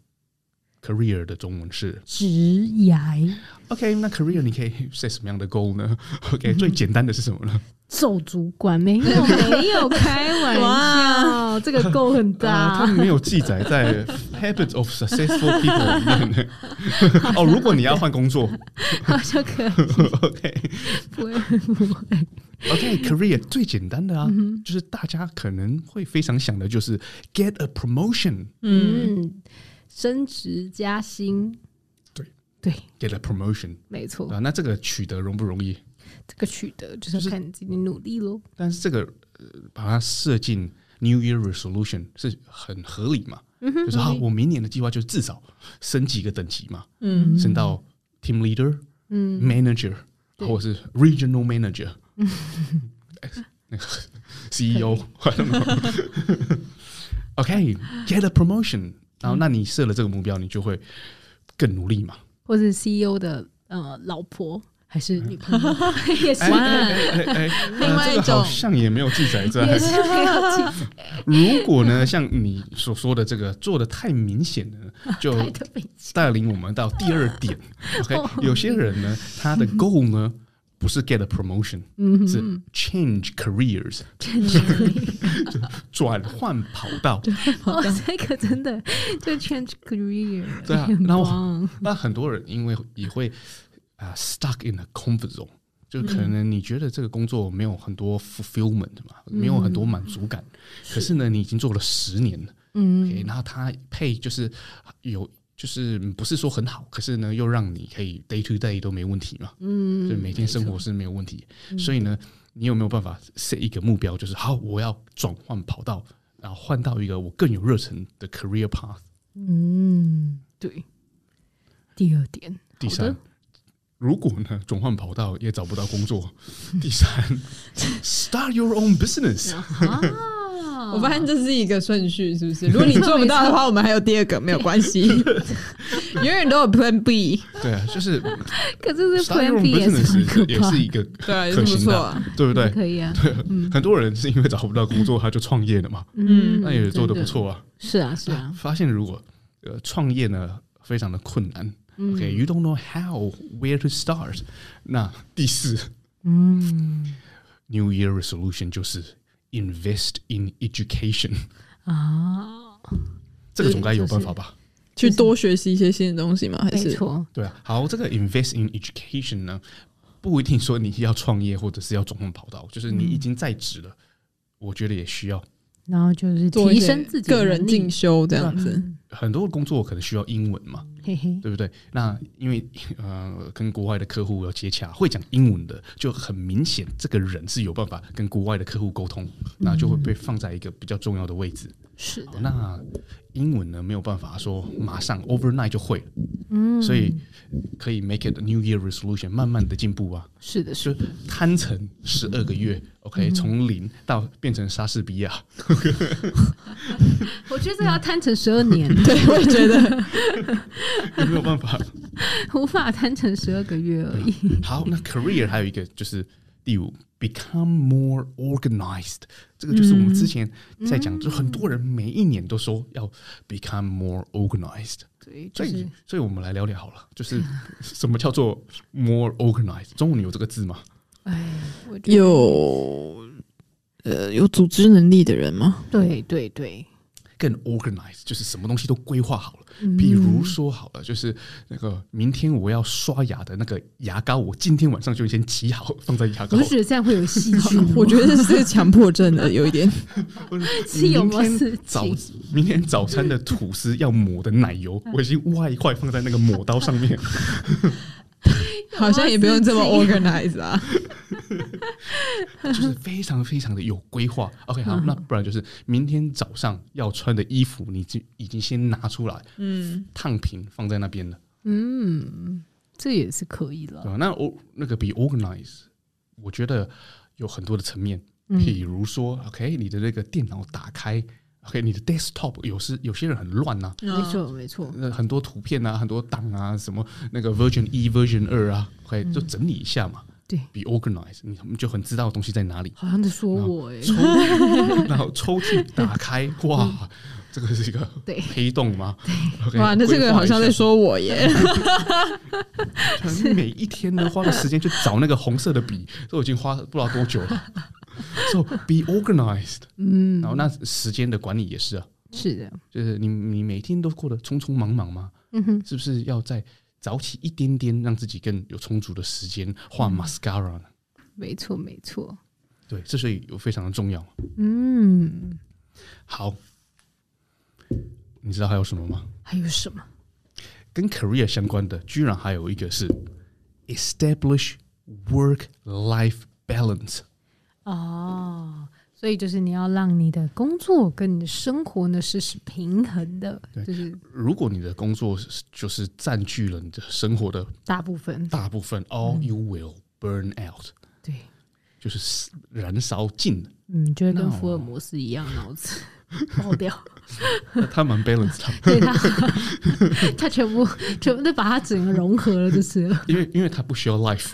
Speaker 1: career 的中文是
Speaker 2: 直涯
Speaker 1: OK，那 career 你可以 set 什么样的 goal 呢？OK，、最简单的是什么呢？
Speaker 2: 揍主管，没有没有开
Speaker 3: 嗯
Speaker 2: 玩笑， 这个够很
Speaker 1: 啊，他
Speaker 2: 大，
Speaker 1: 们没有记载在 Habits of Successful People 里面。哦，如果你要换工作
Speaker 2: 好 像可以
Speaker 1: ，OK，OK，career、
Speaker 2: 不会不会，
Speaker 1: OK，career 最简单的啊，就是大家可能会非常想的就是 get a promotion，get
Speaker 3: 嗯，
Speaker 2: 嗯，升职加薪，
Speaker 1: 对
Speaker 2: 对，
Speaker 1: a promotion
Speaker 2: 没错，
Speaker 1: 啊，那这个取得容不容易？
Speaker 2: 这个取得就是看你自己努力喽，
Speaker 1: 但是这个、呃、把它设进 New Year Resolution 是很合理嘛？就是啊，我明年的计划就是至少升几个等级嘛，
Speaker 3: 嗯，
Speaker 1: 升到 Team Leader、
Speaker 2: 嗯
Speaker 1: Manager
Speaker 2: 对
Speaker 1: 或者是 Regional Manager、哎那个 CEO 。I don't know OK，get a promotion，然后那你设了这个目标，你就会更努力嘛。
Speaker 2: 或是 CEO 的呃老婆还是女朋友， 也是
Speaker 1: 哎嗯哎哎哎，哎
Speaker 3: 另外
Speaker 1: 这
Speaker 3: 一
Speaker 1: 个
Speaker 3: 种
Speaker 1: 好像也没有记载在
Speaker 2: 也。是没有记
Speaker 1: 如果呢，像你所说的这个做的太明显了，就
Speaker 2: 太特别记
Speaker 1: 带领我们到第二 点。OK，有
Speaker 2: 哦
Speaker 1: 些人呢，他的 goal 呢不是 get a promotion，是
Speaker 2: 嗯
Speaker 1: change careers，转 换跑 道。
Speaker 2: 哦，这个真的就 change career，
Speaker 1: 对啊
Speaker 2: 很
Speaker 1: 然后
Speaker 2: 棒
Speaker 1: 那很多人因为也会啊、stuck in a comfort zone。就可
Speaker 2: 嗯
Speaker 1: 能你觉得这个工作没有很多 fulfillment 嘛，没有很多满足感，可是呢，你已经做了十年了，
Speaker 2: 嗯，
Speaker 1: OK，然后它配就是有，就是不是说很好，可是呢又让你可以 day to day 都没问题嘛，嗯，就每天生活是没有问题。
Speaker 2: 嗯
Speaker 1: 所以呢，你有没有办法 set 一个目标，就是好，我要转换跑道，然后换到一个我更有热忱的 career path？
Speaker 2: 嗯，对。第 二点，
Speaker 1: 第
Speaker 2: 好的
Speaker 1: 三，如果呢转换跑道也找不到工作，第三，start your own business。
Speaker 2: 啊，
Speaker 3: 我发现这是一个顺序，是 不是？如果你做不到的话，我们还有第二个，没有关系，永远都有 Plan B，
Speaker 1: 对啊，就是
Speaker 2: 可是这
Speaker 1: start your
Speaker 2: Plan
Speaker 1: own
Speaker 2: B 也是很
Speaker 1: business
Speaker 2: 可
Speaker 1: 也
Speaker 2: 怕
Speaker 1: 是一个
Speaker 3: 对，是
Speaker 1: 可
Speaker 3: 不
Speaker 1: 行
Speaker 3: 错
Speaker 1: 的，
Speaker 3: 啊，
Speaker 1: 对不对？
Speaker 2: 可以啊，
Speaker 1: 很多人是因为找不到工作，他就创业了嘛，
Speaker 2: 嗯，
Speaker 1: 那也做得
Speaker 2: 真
Speaker 1: 不，错啊。
Speaker 2: 是啊，是啊，
Speaker 1: 发现如果呃创业呢非常的困难、o k y o u don't know how where to start。那第四，
Speaker 2: 嗯
Speaker 1: New Year resolution 就是 invest in education，
Speaker 2: 啊，
Speaker 1: 这个总该有办法吧？
Speaker 3: 去多学习一些新的东西吗？还
Speaker 2: 没
Speaker 3: 是
Speaker 2: 错，
Speaker 1: 对啊，好，这个 invest in education 呢，不一定说你要创业或者是要转换跑道，就是你已经在职了，我觉得也需要
Speaker 2: 然后就是
Speaker 3: 做一
Speaker 2: 提
Speaker 3: 些
Speaker 2: 升自己的
Speaker 3: 个人
Speaker 2: 能力
Speaker 3: 进修这样子？
Speaker 2: 嗯
Speaker 1: 很多工作可能需要英文嘛，
Speaker 2: 嘿嘿，
Speaker 1: 对不对？那因为呃，跟国外的客户要接洽，会讲英文的，就很明显，这个人是有办法跟国外的客户沟通，那就会被放在一个比较重要的位置。
Speaker 2: 是的，
Speaker 1: 那英文呢，没有办法说马上 overnight 就会了，
Speaker 2: 嗯，
Speaker 1: 所以可以 make it a New Year resolution，慢慢的进步啊，
Speaker 2: 是的，是
Speaker 1: 就摊成十二个月，OK，从零到变成莎士比亚。
Speaker 2: 我觉得这个要摊成十二年，
Speaker 3: 对， 我也觉得
Speaker 1: 有没有办法？
Speaker 2: 无法摊成十二个月而已。
Speaker 1: 好，那 career 还有一个就是第五，become more organized。这个就是我们之前在讲，就很多人每一年都说要 become more organized。
Speaker 2: 对，啊就
Speaker 1: 所以
Speaker 2: 是，
Speaker 1: 所以我们来聊聊好了，就是什么叫做 more organized？中文有这个字吗？
Speaker 2: 哎，我觉得
Speaker 3: 有呃有组织能力的人吗？，
Speaker 2: 对对对，
Speaker 1: 更 organized 就是什么东西都规划好了。比如说好了，就是那个明天我要刷牙的那个牙膏，我今天晚上就先挤好，放在牙膏
Speaker 2: 我。是觉得这样会有戏剧
Speaker 3: 我觉得这是强迫症的，有一点。
Speaker 1: 或者
Speaker 2: 是有
Speaker 1: 明
Speaker 2: 没有
Speaker 1: 天
Speaker 2: 事
Speaker 1: 早
Speaker 2: 情？
Speaker 1: 明天早餐的吐司要抹的奶油，我已经挖一块放在那个抹刀上面。
Speaker 3: 好像也不用 这么 organize 啊。
Speaker 1: 就是非常非常的有规划。OK，好，那不然就是明天早上要穿的衣服，你就已经先拿出来，
Speaker 3: 嗯，
Speaker 1: 烫平放在那边了，
Speaker 2: 嗯，这也是可以
Speaker 1: 对
Speaker 2: 了。
Speaker 1: 吧？那 o 那个比 organize，我觉得有很多的层面，
Speaker 2: 嗯
Speaker 1: 比如说，OK，你的那个电脑打开，OK，你的 desktop 有时有些人很乱啊呐、
Speaker 3: 嗯
Speaker 2: 没错，没错，
Speaker 1: 那呃很多图片啊，很多档啊，什么那个 version 一、version 二啊，OK，就
Speaker 3: 嗯
Speaker 1: 整理一下嘛。
Speaker 2: 对
Speaker 1: 比 organize，你们就很知道东西在哪里。
Speaker 2: 好像在说我哎，
Speaker 1: 抽， 然后抽屉打开，哇，这个是一个
Speaker 2: 对
Speaker 1: 黑洞吗？OK，
Speaker 3: 嗯哇，那这
Speaker 1: 规
Speaker 3: 个
Speaker 1: 划
Speaker 3: 好像在
Speaker 1: 一下，
Speaker 3: 说我耶。
Speaker 1: 就是每一天呢花的时间去找那个红色的笔，都已经花不知道多久 了。So be organized，
Speaker 2: 嗯
Speaker 1: 然，后那时间的管理也是啊，
Speaker 2: 是的，
Speaker 1: 就是你你每天都过得匆匆忙忙吗？
Speaker 2: 嗯哼，
Speaker 1: 是不是要再早起一点点，让自己更有充足的时间画
Speaker 2: 嗯
Speaker 1: mascara 呢？
Speaker 2: 没错，没错，
Speaker 1: 对，这所以有非常的重要。
Speaker 2: 嗯，
Speaker 1: 好，你知道还有什么吗？
Speaker 2: 还有什么？
Speaker 1: 跟 career 相关的，居然还有一个是 establish work life balance。
Speaker 2: 哦，所以就是你要让你的工作跟你的生活呢是是平衡的，
Speaker 1: 对
Speaker 2: 就是
Speaker 1: 如果你的工作是就是占据了你的生活的
Speaker 2: 大部分
Speaker 1: 大部分，all
Speaker 2: 嗯
Speaker 1: you will burn out，
Speaker 2: 对。
Speaker 1: 就是燃烧尽了。
Speaker 2: 嗯，就会
Speaker 1: 那
Speaker 2: 跟
Speaker 1: 我
Speaker 2: 福尔摩斯一样，脑子 爆掉。
Speaker 1: 那他蛮 balance 的，
Speaker 2: 对他， 他全部全部都把它整个融合了，就是了。
Speaker 1: 因为因为他不需要 life。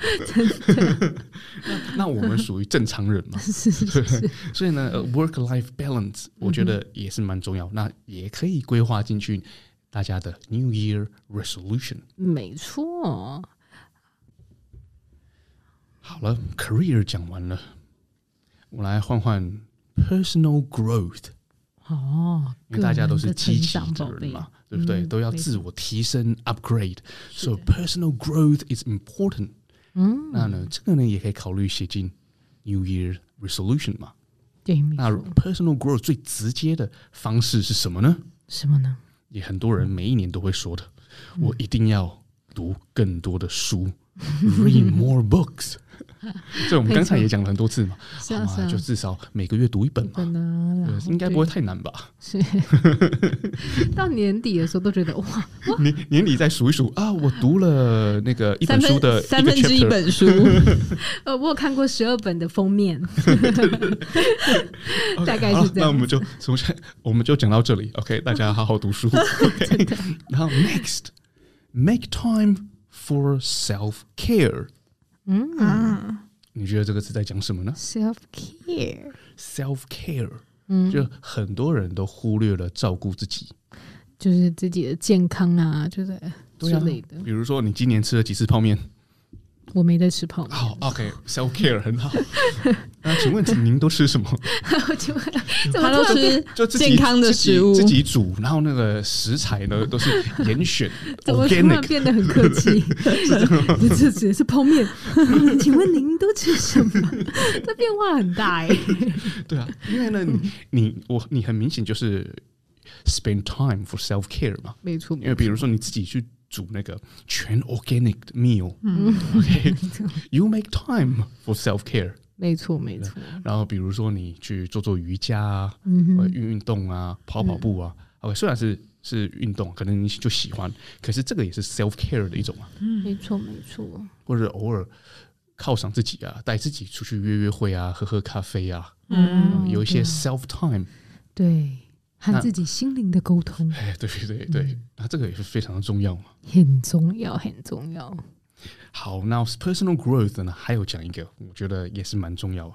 Speaker 1: 那那我们属于正常人嘛，
Speaker 2: 是是是，
Speaker 1: 所以呢，work life balance 我觉得也是蛮重要，那也可以规划进去大家的 New Year resolution。
Speaker 2: 没错。
Speaker 1: 好了，career 讲完了，我来换换 personal growth，
Speaker 2: 哦，
Speaker 1: 因为大家都
Speaker 2: 个
Speaker 1: 是
Speaker 2: 人的
Speaker 1: 积极
Speaker 2: 成长
Speaker 1: 的
Speaker 2: 宝
Speaker 1: 人
Speaker 2: 贝
Speaker 1: 嘛，对不对？
Speaker 2: 嗯
Speaker 1: 都要
Speaker 2: 没
Speaker 1: 自
Speaker 2: 错
Speaker 1: 我提升 upgrade。So personal growth is important。
Speaker 2: 嗯，
Speaker 1: 那呢，这个呢也可以考虑写进 New Year resolution 嘛。
Speaker 2: 对，没
Speaker 1: 那
Speaker 2: 错。
Speaker 1: personal growth 最直接的方式是什么呢？
Speaker 2: 什么呢？
Speaker 1: 也很多人每一年都会说的，
Speaker 2: 嗯
Speaker 1: 我一定要读更多的 书，read more books。这我们刚才也讲了很多次嘛，
Speaker 2: 是
Speaker 1: 好
Speaker 2: 啊是
Speaker 1: 嘛，
Speaker 2: 啊，
Speaker 1: 就至少每个月读一本
Speaker 2: 可
Speaker 1: 嘛，
Speaker 2: 能
Speaker 1: 对
Speaker 2: 然后
Speaker 1: 应该不会
Speaker 2: 对
Speaker 1: 太难吧？
Speaker 2: 是。 到年底的时候都觉得哇，
Speaker 1: 年年底再数一数啊，我读了那个一
Speaker 3: 三
Speaker 1: 本书
Speaker 3: 分
Speaker 1: 的
Speaker 3: 三
Speaker 1: 一个
Speaker 3: 分之一
Speaker 1: chapter，
Speaker 3: 本书，
Speaker 2: 呃，我有看过十二本的封面，大概是
Speaker 1: 好
Speaker 2: 这样
Speaker 1: 那我们就从现我们就讲到这里，OK，大家好好读书。OK，然后 next make time for self care，
Speaker 2: 嗯
Speaker 1: 你觉得这个是在讲什么呢？
Speaker 2: ，self care，
Speaker 1: self care，
Speaker 2: 嗯
Speaker 1: 就很多人都忽略了照顾自己。
Speaker 2: 就是自己的健康啊，就是
Speaker 1: 对
Speaker 2: 之
Speaker 1: 啊
Speaker 2: 类的，
Speaker 1: 比如说你今年吃了几次泡面，
Speaker 2: 我没在吃泡面。
Speaker 1: 好，OK，self care 很 好。那请问您都吃什么？
Speaker 2: 我请问怎 么
Speaker 3: 他都
Speaker 2: 突然变
Speaker 3: 吃
Speaker 1: 就自己
Speaker 3: 健康的食物
Speaker 1: 自己自己煮，然后那个食材 呢都是严选
Speaker 2: 怎么突然
Speaker 1: organic。
Speaker 2: 变得很客 气？你这只是泡面， 请问您都吃什么？ 这变化很大哎、
Speaker 1: 对啊，因为呢，你你我你很明显就是 spend time for self care 嘛。
Speaker 2: 没错，
Speaker 1: 因为比如说你自己去煮那个全 organic 的
Speaker 3: 嗯
Speaker 2: 嗯
Speaker 1: meal，OK，you、make time for self care。
Speaker 2: 没错，没错，
Speaker 1: 然后比如说你去做做瑜伽啊，
Speaker 2: 嗯
Speaker 1: 或者
Speaker 2: 哼，
Speaker 1: 运运动啊，跑跑步
Speaker 3: 嗯
Speaker 1: 啊。OK，虽然是是运动，可能你就喜欢，可是这个也是 self care 的一种啊，
Speaker 2: 没错，没错，
Speaker 1: 或者偶尔犒赏自己啊，带自己出去约约会啊，喝喝咖啡啊，
Speaker 2: 嗯
Speaker 3: 嗯，
Speaker 1: 有一些
Speaker 2: 对啊
Speaker 1: self time。
Speaker 2: 对，和
Speaker 1: 那
Speaker 2: 自己心灵的沟通
Speaker 1: 哎，对对对，
Speaker 2: 嗯
Speaker 1: 那这个也是非常的重要嘛。
Speaker 2: 很重要，很重要。
Speaker 1: 好，那 personal growth 呢，还有讲一个，我觉得也是蛮重要的。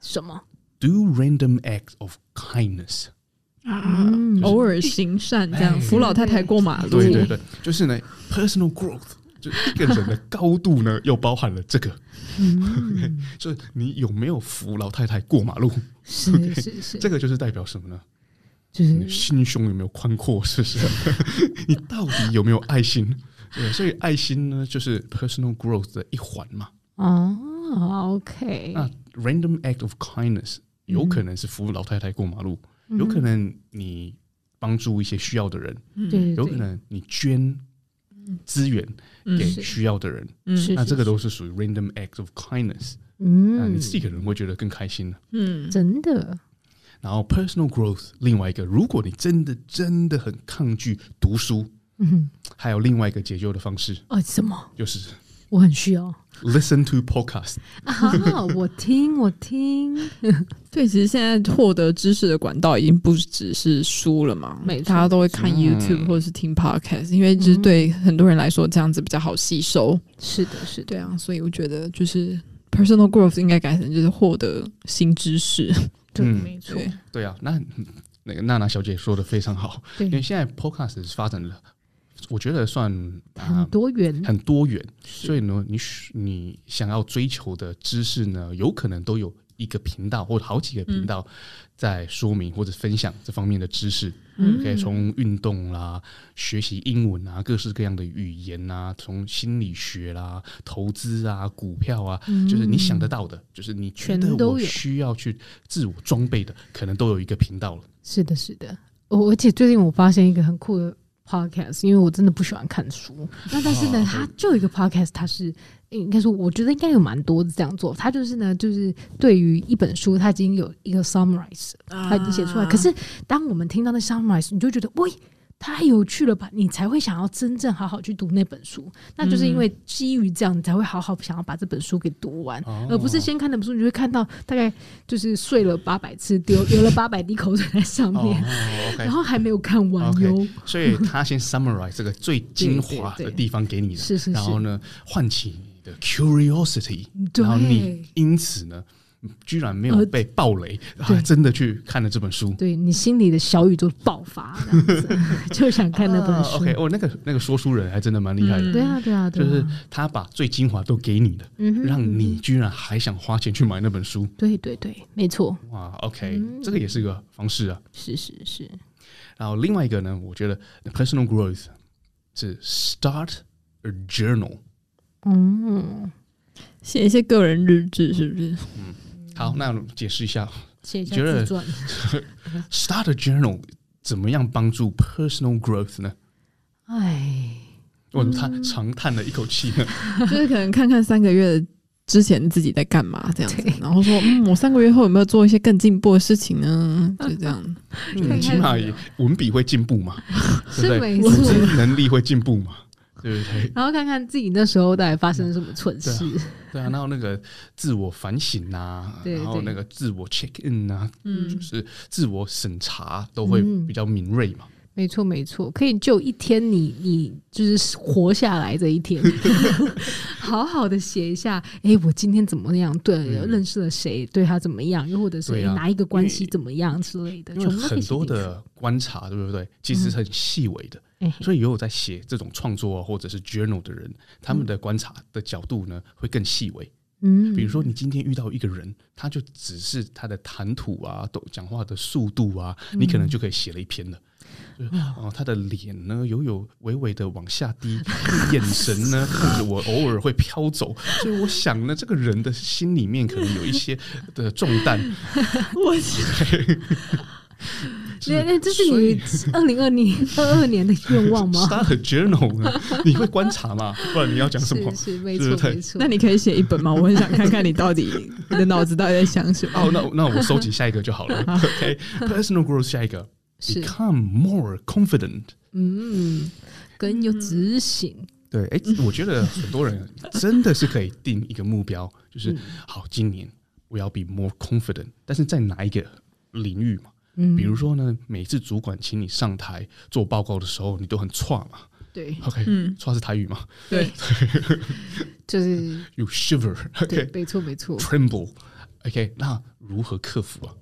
Speaker 2: 什么？
Speaker 1: do random acts of kindness。
Speaker 2: 嗯，
Speaker 3: 偶尔行善这样
Speaker 1: 哎，
Speaker 3: 扶老太太过马路，
Speaker 1: 对对对，就是呢，personal growth，就一个人的高度呢，又包含了这个，
Speaker 2: 嗯，
Speaker 1: 就是你有没有扶老太太过马路，
Speaker 2: 是是是，
Speaker 1: 这个就是代表什么呢？
Speaker 2: 就是
Speaker 1: 你的心胸有没有宽阔？是不是？ 你到底有没有爱心？对，所以爱心呢，就是 personal growth 的一环嘛。
Speaker 2: 哦，OK，
Speaker 1: 那 random act of kindness
Speaker 2: 嗯
Speaker 1: 有可能是扶老太太过马路，有可能你帮助一些需要的人，
Speaker 3: 嗯
Speaker 2: 对，
Speaker 1: 有可能你捐资源
Speaker 3: 嗯
Speaker 1: 给
Speaker 2: 是
Speaker 1: 需要的人，
Speaker 3: 嗯
Speaker 2: 是
Speaker 1: 那这个都是属于 random act of kindness，那
Speaker 2: 嗯
Speaker 1: 啊你自，己可能会觉得更开心了。
Speaker 3: 嗯
Speaker 2: 真的，
Speaker 1: 然后 personal growth，另外一个，如果你真的真的很抗拒读书，
Speaker 2: 嗯，
Speaker 1: 还有另外一个解救的方式，
Speaker 2: 哦，什么？
Speaker 1: 就是
Speaker 2: 我很需要
Speaker 1: listen to podcast。
Speaker 2: 啊！我听，我听，
Speaker 3: 对，其实现在获得知识的管道已经不只是书了嘛
Speaker 2: 没，错嗯
Speaker 3: 大家都会看
Speaker 1: 嗯
Speaker 3: YouTube 或者是听 Podcast，因为就是对很多人来说这样子比较好吸收。
Speaker 2: 是的，是的，
Speaker 3: 对啊，所以我觉得就是 personal growth 应该改成就是获得新知识。
Speaker 2: 对，
Speaker 1: 嗯
Speaker 2: 没错，
Speaker 3: 对
Speaker 1: 对啊，那那个娜娜小姐说的非常好，因为
Speaker 2: 对，
Speaker 1: 现在 podcast 是发展的，我觉得算啊、
Speaker 2: 很多元，
Speaker 1: 很多元，所以呢，你需你想要追求的知识呢，有可能都有一个频道或者好几个频道在说明或者分享这方面的知识。
Speaker 2: 嗯
Speaker 1: 可以从运动啦、学习英文啊、各式各样的语言啊，从心理学啦、投资啊、股票啊，就是你想得到的，就是你觉得
Speaker 2: 嗯全都
Speaker 1: 我
Speaker 2: 有
Speaker 1: 需要去自我装备的，可能都有一个频道了。
Speaker 2: 是的，是的。我而且最近我发现一个很酷的 podcast，因为我真的不喜欢看书。那但是呢，
Speaker 1: 哦
Speaker 2: 它就有一个 podcast，它是应该说，我觉得应该有蛮多这样做。它就是呢，就是对于一本书，它已经有一个 summarize，它已经写出来。可是当我们听到那 summarize，你就觉得喂。太有趣了吧！你才会想要真正好好去读那本书，那就是因为基于这样，你才会好好想要把这本书给读完。
Speaker 1: 哦
Speaker 2: 而不是先看那本书，你就会看到大概就是睡了八百次， 流流了八百滴口水在上
Speaker 1: 哦
Speaker 2: 面，
Speaker 1: ，OK
Speaker 2: 然。后还没有看完哟。
Speaker 1: OK，所以他先 summarize 这个最精华
Speaker 2: 对对
Speaker 1: 的
Speaker 2: 对
Speaker 1: 地方给你了，
Speaker 2: 是是是
Speaker 1: 然后呢，唤起你的 curiosity，
Speaker 2: 对
Speaker 1: 然后你因此呢，居然没有
Speaker 2: 呃
Speaker 1: 被暴雷，然
Speaker 2: 对
Speaker 1: 后真的去看了这本书。
Speaker 2: 对你心里的小宇宙爆发，这样子 就想看那本
Speaker 1: 啊
Speaker 2: 书。
Speaker 1: OK，哦， 那个那个说书人还真的蛮厉害的，
Speaker 3: 嗯
Speaker 2: 对啊，对啊，对
Speaker 1: 就
Speaker 2: 啊，
Speaker 1: 是他把最精华都给你了，
Speaker 2: 嗯哼
Speaker 1: 让你居然还想花钱去买那本书。
Speaker 2: 对对对，没错，
Speaker 1: 哇，OK，、这
Speaker 2: 嗯
Speaker 1: 个也是个方式啊。
Speaker 2: 是是是，
Speaker 1: 然后另外一个呢，我觉得 personal growth 是 start a journal。
Speaker 2: 嗯，
Speaker 3: 写一些个人日志是不是？
Speaker 1: 好，那解释一下
Speaker 2: 写一下
Speaker 1: 觉得
Speaker 2: 自传
Speaker 1: start a journal 怎么样帮助 personal growth 呢？
Speaker 2: 哎，
Speaker 1: 为什么他长叹了一口 气呢？
Speaker 3: 就是可能看看三个月之前自己在干嘛这样子
Speaker 2: 对，
Speaker 3: 然后说嗯，我三个月后有没有做一些更进步的事情呢？就这样，
Speaker 1: 嗯，起码也文笔会进步嘛，对不
Speaker 2: 是
Speaker 1: 对？
Speaker 2: 没
Speaker 1: 组
Speaker 2: 错
Speaker 1: 织能力会进步嘛，对不对？
Speaker 2: 然后看看自己那时候到底发生了什么蠢
Speaker 1: 对啊
Speaker 2: 事，
Speaker 1: 对啊，然后那个自我反省啊，
Speaker 2: 对
Speaker 1: 然后
Speaker 2: 对
Speaker 1: 那个自我 check in 啊，
Speaker 3: 嗯
Speaker 1: 就是自我审查都会
Speaker 2: 嗯
Speaker 1: 比较敏锐嘛。
Speaker 2: 没错，没错，可以就一天你，你就是活下来这一 天， 好好的写一下，哎、我今天怎么样？对，
Speaker 1: 嗯
Speaker 2: 认识了谁？对他怎么样？又或者是、
Speaker 1: 对
Speaker 2: 诶
Speaker 1: 啊
Speaker 2: 哪一个关系怎么样之类的，嗯
Speaker 1: 因为
Speaker 2: 全部都可以
Speaker 1: 很
Speaker 2: 写
Speaker 1: 多
Speaker 2: 进去
Speaker 1: 的观察，对不对？其实是很细微的，
Speaker 2: 哎、
Speaker 1: 所以也有在写这种创作啊，或者是 journal 的人，他们的观察的角度呢会更细微。
Speaker 2: 嗯，
Speaker 1: 比如说，你今天遇到一个人，他就只是他的谈吐啊、都讲话的速度啊，
Speaker 2: 嗯
Speaker 1: 你可能就可以写了一篇了。就是哦，他的脸呢，有有微微的往下低，眼神呢， 看着我偶尔会飘走，所以我想呢，这个人的心里面可能有一些的重担。
Speaker 3: 我
Speaker 1: 是
Speaker 2: 那那这是
Speaker 1: 所 以
Speaker 2: 你二零二零 二二年的愿望吗？
Speaker 1: Start a journal 呢？你会观察嘛？不然你要讲什么
Speaker 2: 是？是，没
Speaker 1: 是
Speaker 2: 错
Speaker 1: 不是
Speaker 2: 没错。
Speaker 3: 那你可以写一本吗？我很想看看你到底你的脑子到底在想什 么。
Speaker 1: 哦，那那我收集下一个就好 了。OK，personal、growth 下一个
Speaker 2: 是
Speaker 1: ，become more confident。
Speaker 2: 嗯，更有执行，
Speaker 1: 对，哎、
Speaker 2: 嗯
Speaker 1: 我觉得很多人真的是可以定一个目标，就是、
Speaker 2: 嗯
Speaker 1: 好，今年我要 be more confident，但是在哪一个领域嘛？
Speaker 2: 嗯，
Speaker 1: 比如说呢，每次主管请你上台做报告的时候，你都很差嘛
Speaker 2: 对
Speaker 1: ，OK，
Speaker 3: 嗯，
Speaker 1: 差、是台语嘛
Speaker 3: 对，
Speaker 2: 就是
Speaker 1: ，you shiver，OK，tremble，OK，、
Speaker 2: 对，没错没错。
Speaker 1: OK，那如何克服啊？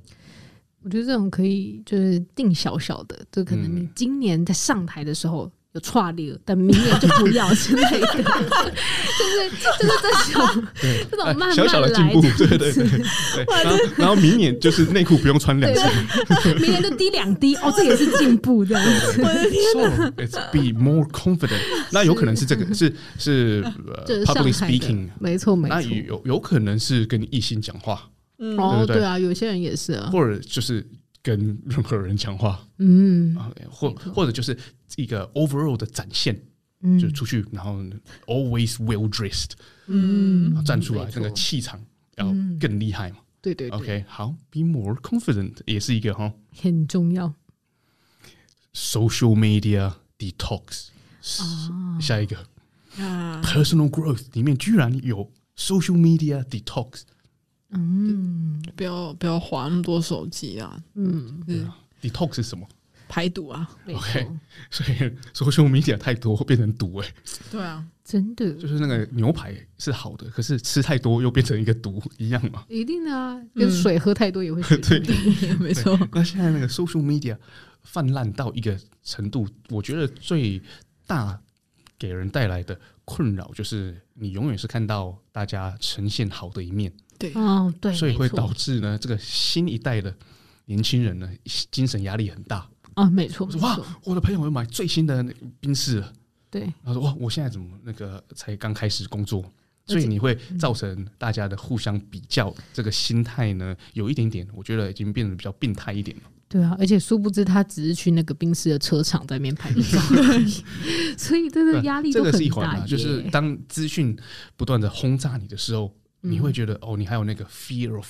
Speaker 2: 我觉得这种可以就是定小小的，就可能你
Speaker 1: 嗯
Speaker 2: 今年在上台的时候。有跨裂，但明年就不要之类 的，就是就是这种
Speaker 1: 对，
Speaker 2: 这种
Speaker 1: 哎
Speaker 2: 哦慢慢
Speaker 1: 小小的进
Speaker 2: 来
Speaker 1: 步，
Speaker 2: 这样
Speaker 1: 对对对对，然后然后明年就是内裤不用穿两
Speaker 2: 对
Speaker 1: 次。
Speaker 2: 对，明年就滴 两滴哦，这也是进步这样子，
Speaker 1: So it's be more confident。那有可能是这个是是
Speaker 2: 就
Speaker 1: 呃
Speaker 2: 是上
Speaker 1: public
Speaker 2: 台
Speaker 1: speaking，
Speaker 2: 的，没错没
Speaker 1: 那
Speaker 2: 错。
Speaker 1: 有有可能是跟异性讲话，
Speaker 3: 嗯
Speaker 2: 哦，
Speaker 1: 对不对
Speaker 2: 对啊，有些人也是啊，
Speaker 1: 或者就是跟任何人讲话
Speaker 2: 嗯
Speaker 1: 啊，或
Speaker 2: 没错
Speaker 1: 或者就是一个 overall 的展现，
Speaker 2: 嗯
Speaker 1: 就是出去然后 always well dressed
Speaker 3: 嗯
Speaker 1: 然后啊站出来
Speaker 2: 没，错
Speaker 1: 那个气场要
Speaker 2: 嗯
Speaker 1: 更厉害嘛。
Speaker 2: 对对对
Speaker 1: OK，好，be more confident 也是一个哈
Speaker 2: 很重要
Speaker 1: social media detox。
Speaker 2: 啊。
Speaker 1: 下一个。
Speaker 3: 啊，
Speaker 1: Personal Growth 里面居然有 Social Media Detox，
Speaker 2: 嗯
Speaker 3: 不要不要划那么多手机啊，
Speaker 2: 嗯，
Speaker 3: 嗯，
Speaker 1: Detox 是什么？
Speaker 3: 排毒啊，
Speaker 2: 没错
Speaker 1: OK 所以 Social Media 太多会变成毒哎、
Speaker 3: 对啊，
Speaker 2: 真的
Speaker 1: 就是那个牛排是好的，可是吃太多又变成一个毒一样嘛。
Speaker 2: 一定的啊，
Speaker 3: 嗯
Speaker 2: 跟水喝太多也会水中毒。
Speaker 3: 没错，
Speaker 1: 那现在那个 Social Media 泛滥到一个程度，我觉得最大给人带来的困扰就是你永远是看到大家呈现好的一面，
Speaker 3: 对，
Speaker 2: 哦，对，
Speaker 1: 所以会
Speaker 2: 没错
Speaker 1: 导致呢这个新一代的年轻人呢精神压力很大。
Speaker 2: 啊，没错，
Speaker 1: 我
Speaker 2: 没
Speaker 1: 说哇
Speaker 2: 错，，
Speaker 1: 我的朋友有买最新的那个宾士了。
Speaker 2: 对，
Speaker 1: 他说：“哇，我现在怎么那个才刚开始工作，所
Speaker 2: 而
Speaker 1: 以
Speaker 2: 且
Speaker 1: 你会造成大家的互相比较，这个心态呢，有一点点，我觉得已经变得比较病态一点了。
Speaker 2: 对啊，而且殊不知他只是去那个宾士的车场在那边拍 照，所以真的嗯压力
Speaker 1: 这
Speaker 2: 都
Speaker 1: 个
Speaker 2: 很
Speaker 1: 是一环
Speaker 2: 大
Speaker 1: 啊，
Speaker 2: 耶。
Speaker 1: 就是当资讯不断的轰炸你的时候，你会觉得哦，你还有那个 fear of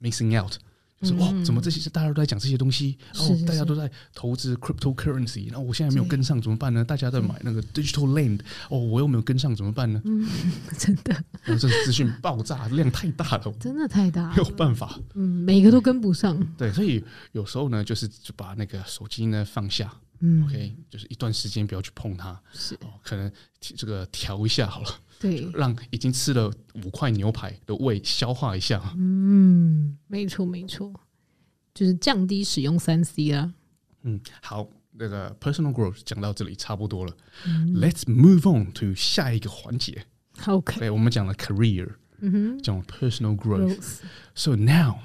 Speaker 1: missing out。”就是哇，
Speaker 2: 嗯
Speaker 1: 怎么这些大家都在讲这些东西，然后
Speaker 2: 是是
Speaker 1: 大家
Speaker 2: 是
Speaker 1: 都在投资 cryptocurrency，然后我现在没有跟上怎么办呢？大家在买那个 digital land，哦，我又没有跟上怎么办呢？
Speaker 2: 嗯真的
Speaker 1: 然后这个资讯爆炸量太大了，
Speaker 2: 真的太大
Speaker 1: 没有
Speaker 2: 了，
Speaker 1: 办法。
Speaker 2: 嗯，每个都跟不上，
Speaker 1: 对，所以有时候呢，就是就把那个手机呢放下
Speaker 2: 嗯
Speaker 1: ，OK，就是一段时间不要去碰它，
Speaker 2: 是
Speaker 1: 哦，可能这个调一下好了，
Speaker 2: 对，
Speaker 1: 让已经吃了五块牛排的胃消化一下。
Speaker 2: 嗯，没错没错，就是降低使用三 C 啊啦。
Speaker 1: 嗯，好，那个 personal growth 讲到这里差不多了、l
Speaker 2: 嗯
Speaker 1: e t s move on to 下一个环节。
Speaker 2: OK，
Speaker 1: 对，我们讲了 career，
Speaker 2: 嗯
Speaker 1: 讲了 personal
Speaker 2: 哼
Speaker 1: growth，
Speaker 2: ，Rose，
Speaker 1: so now，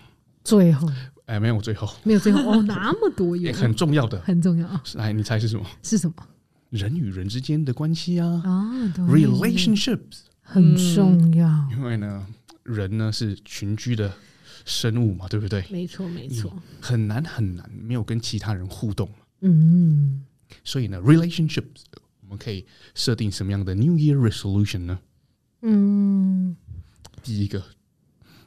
Speaker 2: 最后
Speaker 1: 哎，没有最后
Speaker 2: 没 有最后哦，那么多
Speaker 1: 也
Speaker 2: 也
Speaker 1: 很重要的，哎
Speaker 2: 很重要啊，
Speaker 1: 来，你猜是什么？
Speaker 2: 是什么
Speaker 1: 人与人之间的关系啊
Speaker 2: 啊对
Speaker 1: ，relationships。
Speaker 2: 很重要，
Speaker 1: 因为呢，人呢是群居的生物嘛，对不对？
Speaker 2: 没错没错，
Speaker 1: 很难很难没有跟其他人互动，
Speaker 2: 嗯，
Speaker 1: 所以呢，relationships 我们可以设定什么样的 New Year resolution 呢？
Speaker 2: 嗯，
Speaker 1: 第一个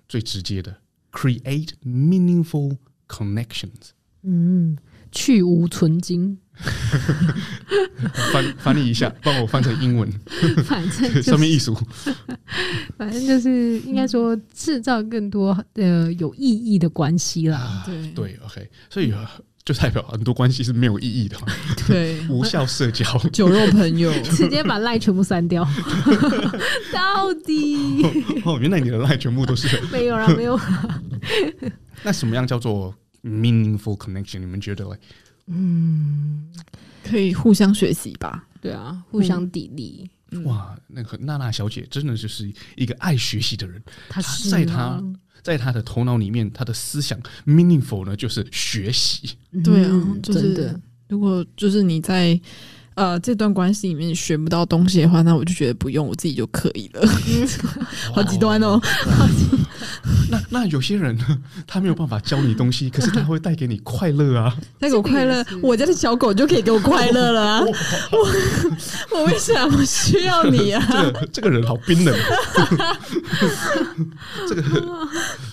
Speaker 1: 最直接的，create meaningful connections，
Speaker 2: 嗯，去无存精，
Speaker 1: 翻翻译一下，帮我翻成英文，
Speaker 2: 反正就是
Speaker 1: 上面艺术。
Speaker 2: 反正就是应该说制造更多呃有意义的关系啦。
Speaker 1: 啊
Speaker 3: 对
Speaker 1: 对，OK，所以呃就代表很多关系是没有意义的嘛，
Speaker 3: 对，
Speaker 1: 无效社交。
Speaker 3: 酒肉朋友，
Speaker 2: 直接把赖全部删掉，到底
Speaker 1: 哦，原来你的赖全部都是。
Speaker 2: 没有了，没有啦。
Speaker 1: 那什么样叫做 meaningful connection？你们觉得嘞？
Speaker 2: 嗯，
Speaker 3: 可以互相学习吧。
Speaker 2: 对啊，互相砥砺。嗯
Speaker 1: 哇，那个娜娜小姐真的就是一个爱学习的人，
Speaker 2: 他是
Speaker 1: 在
Speaker 2: 啊
Speaker 1: 他在她的头脑里面，她的思想 meaningful 呢就是学习。
Speaker 3: 对啊
Speaker 2: 嗯
Speaker 3: 就是
Speaker 2: 真的，
Speaker 3: 如果就是你在呃这段关系里面学不到东西的话，那我就觉得不用，我自己就可以了。好极
Speaker 1: 啊
Speaker 3: 端哦！
Speaker 1: 那那有些人 呢，他没有办法教你东西，可是他会带给你快乐 啊。
Speaker 3: 带给我快乐
Speaker 2: 这个也，是
Speaker 3: 我家的小狗就可以给我快乐了啊！我我为什么需要你啊？
Speaker 1: 哦这个这个人好冰冷啊，这个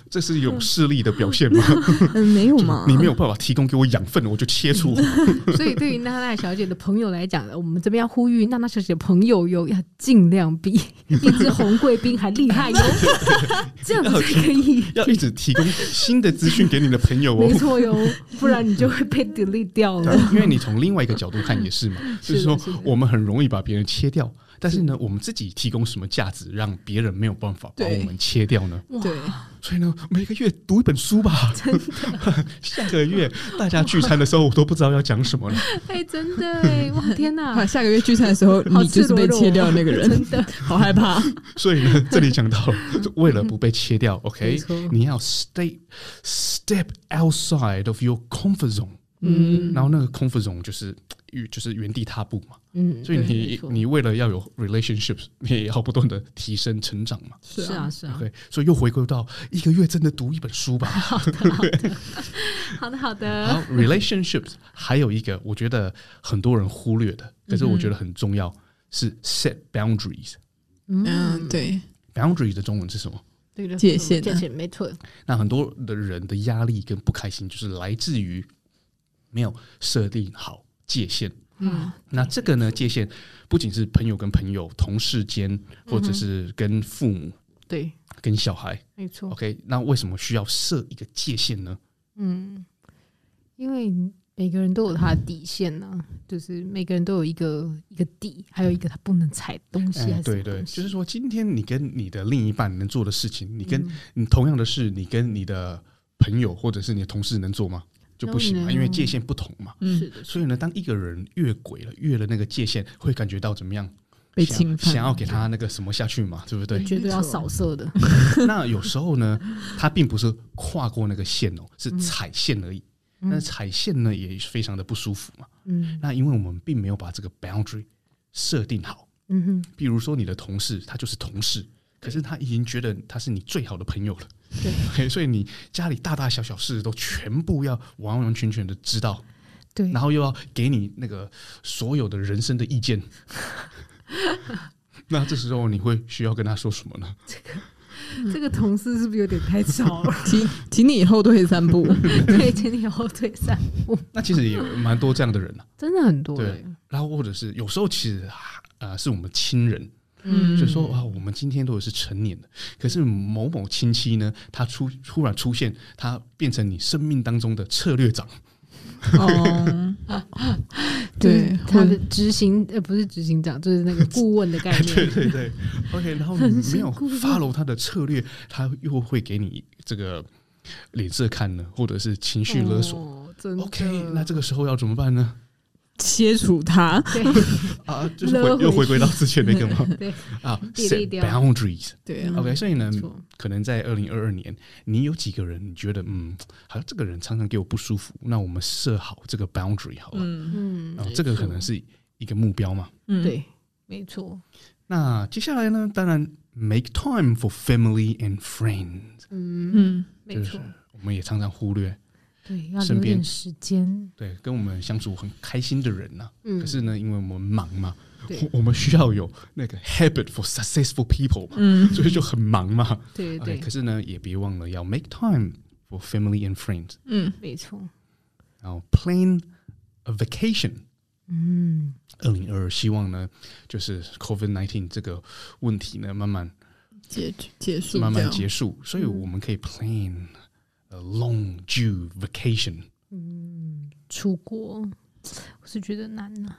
Speaker 1: 这是一种势力的表现吗？
Speaker 3: 嗯，没有嘛，
Speaker 1: 你没有办法提供给我养分，我就切除。
Speaker 2: 所以对于娜娜小姐的朋友来讲，我们这边要呼吁娜娜小姐的朋友有要尽量 比比这红贵宾还厉害哟， 这样子才可以。
Speaker 1: 要一直提供新的资讯给你的朋友
Speaker 2: 没
Speaker 1: 哦。
Speaker 2: 错哟，不然你就会被 delete 掉了。
Speaker 1: 因为你从另外一个角度看也是嘛，就是
Speaker 2: 的
Speaker 1: 是说
Speaker 2: 是的
Speaker 1: 我们很容易把别人切掉，但是呢，我们自己提供什么价值让别人没有办法把
Speaker 3: 对
Speaker 1: 我们切掉呢？
Speaker 2: 哇
Speaker 3: 对，
Speaker 1: 所以呢，每个月读一本书吧。 下个月大家聚餐的时候，我都不知道要讲什么了。
Speaker 2: 哎、真的哎、哇天
Speaker 3: 好，
Speaker 2: 哪，
Speaker 3: 下个月聚餐的时候，
Speaker 2: 好
Speaker 3: 你就是被
Speaker 2: 赤裸裸哦
Speaker 3: 切掉的那个人，
Speaker 2: 真的
Speaker 3: 好害怕。
Speaker 1: 所以呢，这里讲到，为了不被切掉，OK，
Speaker 2: 没错
Speaker 1: 你要 stay step outside of your comfort zone，、
Speaker 3: 嗯，
Speaker 1: 然后那个 comfort zone 就是就是原地踏步嘛。
Speaker 2: 嗯，
Speaker 1: 所以
Speaker 2: 对没
Speaker 1: 你
Speaker 2: 错
Speaker 1: 你为了要有 relationships，你 也要不断的提升成长嘛。
Speaker 3: 是
Speaker 2: 是啊，是啊，
Speaker 1: OK，所以又回归到一个月真的读一本书吧。
Speaker 2: 好的好
Speaker 1: 然后
Speaker 2: 的，
Speaker 1: relationships 还有一个我觉得很多人忽略的，可是我
Speaker 2: 嗯
Speaker 1: 觉得很重要是 set boundaries。
Speaker 3: 嗯，，对，
Speaker 1: boundaries 的中文是什么？
Speaker 2: 对的，
Speaker 3: 界限啊
Speaker 2: 界限没错，嗯
Speaker 1: 那很多的人的压力跟不开心，就是来自于没有设定好界限。
Speaker 2: 嗯，
Speaker 1: 那这个呢，界限不仅是朋友跟朋友、同事间，或者是跟父母、
Speaker 2: 嗯对，
Speaker 1: 跟小孩。
Speaker 2: 没错，
Speaker 1: OK，那为什么需要设一个界限呢？
Speaker 2: 嗯，因为每个人都有他的底线呢、就是每个人都有一个一个底，还有一个他不能踩的东西，还是
Speaker 1: 嗯
Speaker 2: 什
Speaker 1: 哎对
Speaker 2: 么
Speaker 1: 对，
Speaker 2: 东西
Speaker 1: 就是说，今天你跟你的另一半能做的事情，你跟、
Speaker 2: 嗯
Speaker 1: 你同样的事，你跟你的朋友或者是你的同事能做吗？就不行嘛，
Speaker 2: No, no.
Speaker 1: 因为界限不同嘛。
Speaker 3: 嗯
Speaker 2: 是，的，
Speaker 1: 所以呢，当一个人越轨了，越了那个界限，会感觉到怎么样？
Speaker 3: 被
Speaker 1: 想
Speaker 3: 侵犯
Speaker 1: 想要给他那个什么下去嘛，对不对？
Speaker 2: 绝对 要
Speaker 3: 没错
Speaker 2: 扫射的，
Speaker 1: 那有时候呢，他并不是跨过那个线哦，是踩线而已。
Speaker 2: 嗯
Speaker 1: 那踩线呢，也非常的不舒服嘛。
Speaker 2: 嗯
Speaker 1: 那因为我们并没有把这个 boundary 设定好，
Speaker 2: 嗯哼，
Speaker 1: 比如说你的同事，他就是同事，可是他已经觉得他是你最好的朋友了。对， 所以你家里大大小小事都全部要完完全全的知道，
Speaker 2: 对，
Speaker 1: 然后又要给你那个所有的人生的意见。 那这时候你会需要跟他说什么呢？
Speaker 2: 这个同事是不是有点太 吵了？
Speaker 3: 请请你以后退三 步。
Speaker 2: 对，前你后退三步，
Speaker 1: 那其实也蛮多这样的人啊。
Speaker 2: 真的很多、
Speaker 1: 对
Speaker 2: 欸，
Speaker 1: 然后或者是有时候其实啊、呃是我们亲人，
Speaker 3: 嗯
Speaker 1: 就说啊，我们今天都是成年的，可是某某亲戚呢，他出突然出现，他变成你生命当中的策略长，
Speaker 3: 哦，
Speaker 2: 就是
Speaker 3: 对，
Speaker 2: 他
Speaker 3: 或
Speaker 2: 的执行呃不是执行长，就是 那个顾问的概
Speaker 1: 对
Speaker 2: 念，
Speaker 1: 对对，OK，然后你没有 follow 他的策略，他又会给你这个脸色看呢，或者是情绪勒索。
Speaker 2: 哦，真的
Speaker 1: OK，那这个时候要怎么办呢？
Speaker 3: 切除他。
Speaker 2: 对
Speaker 1: 啊，就是回
Speaker 2: 勒回去
Speaker 1: 又回归到之前那个嘛
Speaker 2: 对，
Speaker 1: 啊
Speaker 2: 地
Speaker 1: ，set
Speaker 2: 利掉
Speaker 1: boundaries。
Speaker 3: 对啊，
Speaker 1: OK，所以呢
Speaker 2: 没，错
Speaker 1: 可能在二零二二年，你有几个人你觉得嗯，好像这个人常常给我不舒服，那我们设好这个 boundary 好了，
Speaker 3: 嗯
Speaker 2: 嗯
Speaker 1: 啊，这个可能是一个目标嘛。
Speaker 3: 嗯，
Speaker 2: 对，没错，
Speaker 1: 那接下来呢，当然 make time for family and friends，
Speaker 2: 嗯，
Speaker 3: 嗯，
Speaker 2: 没
Speaker 1: 就
Speaker 2: 错
Speaker 1: 是，我们也常常忽略，
Speaker 2: 对，要
Speaker 1: 身
Speaker 2: 留
Speaker 1: 边
Speaker 2: 点时间，
Speaker 1: 对，跟我们相处很开心的人呐、
Speaker 2: 嗯，
Speaker 1: 可是呢，因为我们忙嘛，
Speaker 2: 对
Speaker 1: 我我们需要有那个 habit for successful people 嘛，
Speaker 3: 嗯，
Speaker 1: 所以就很忙嘛。
Speaker 2: 对
Speaker 1: OK，
Speaker 2: 对
Speaker 1: 哎可
Speaker 2: 对，
Speaker 1: 是呢，也别忘了要 make time for family and friends。
Speaker 3: 嗯，
Speaker 2: 没错，
Speaker 1: 然后 plan a vacation。
Speaker 2: 嗯，
Speaker 1: 二零二二，希望呢，就是 COVID nineteen 这个问题呢，慢慢
Speaker 3: 结结束，
Speaker 1: 慢慢
Speaker 3: 束。
Speaker 1: 结束，所以我们可以 plan a long due vacation。
Speaker 2: 嗯出国，我是觉得难 呐、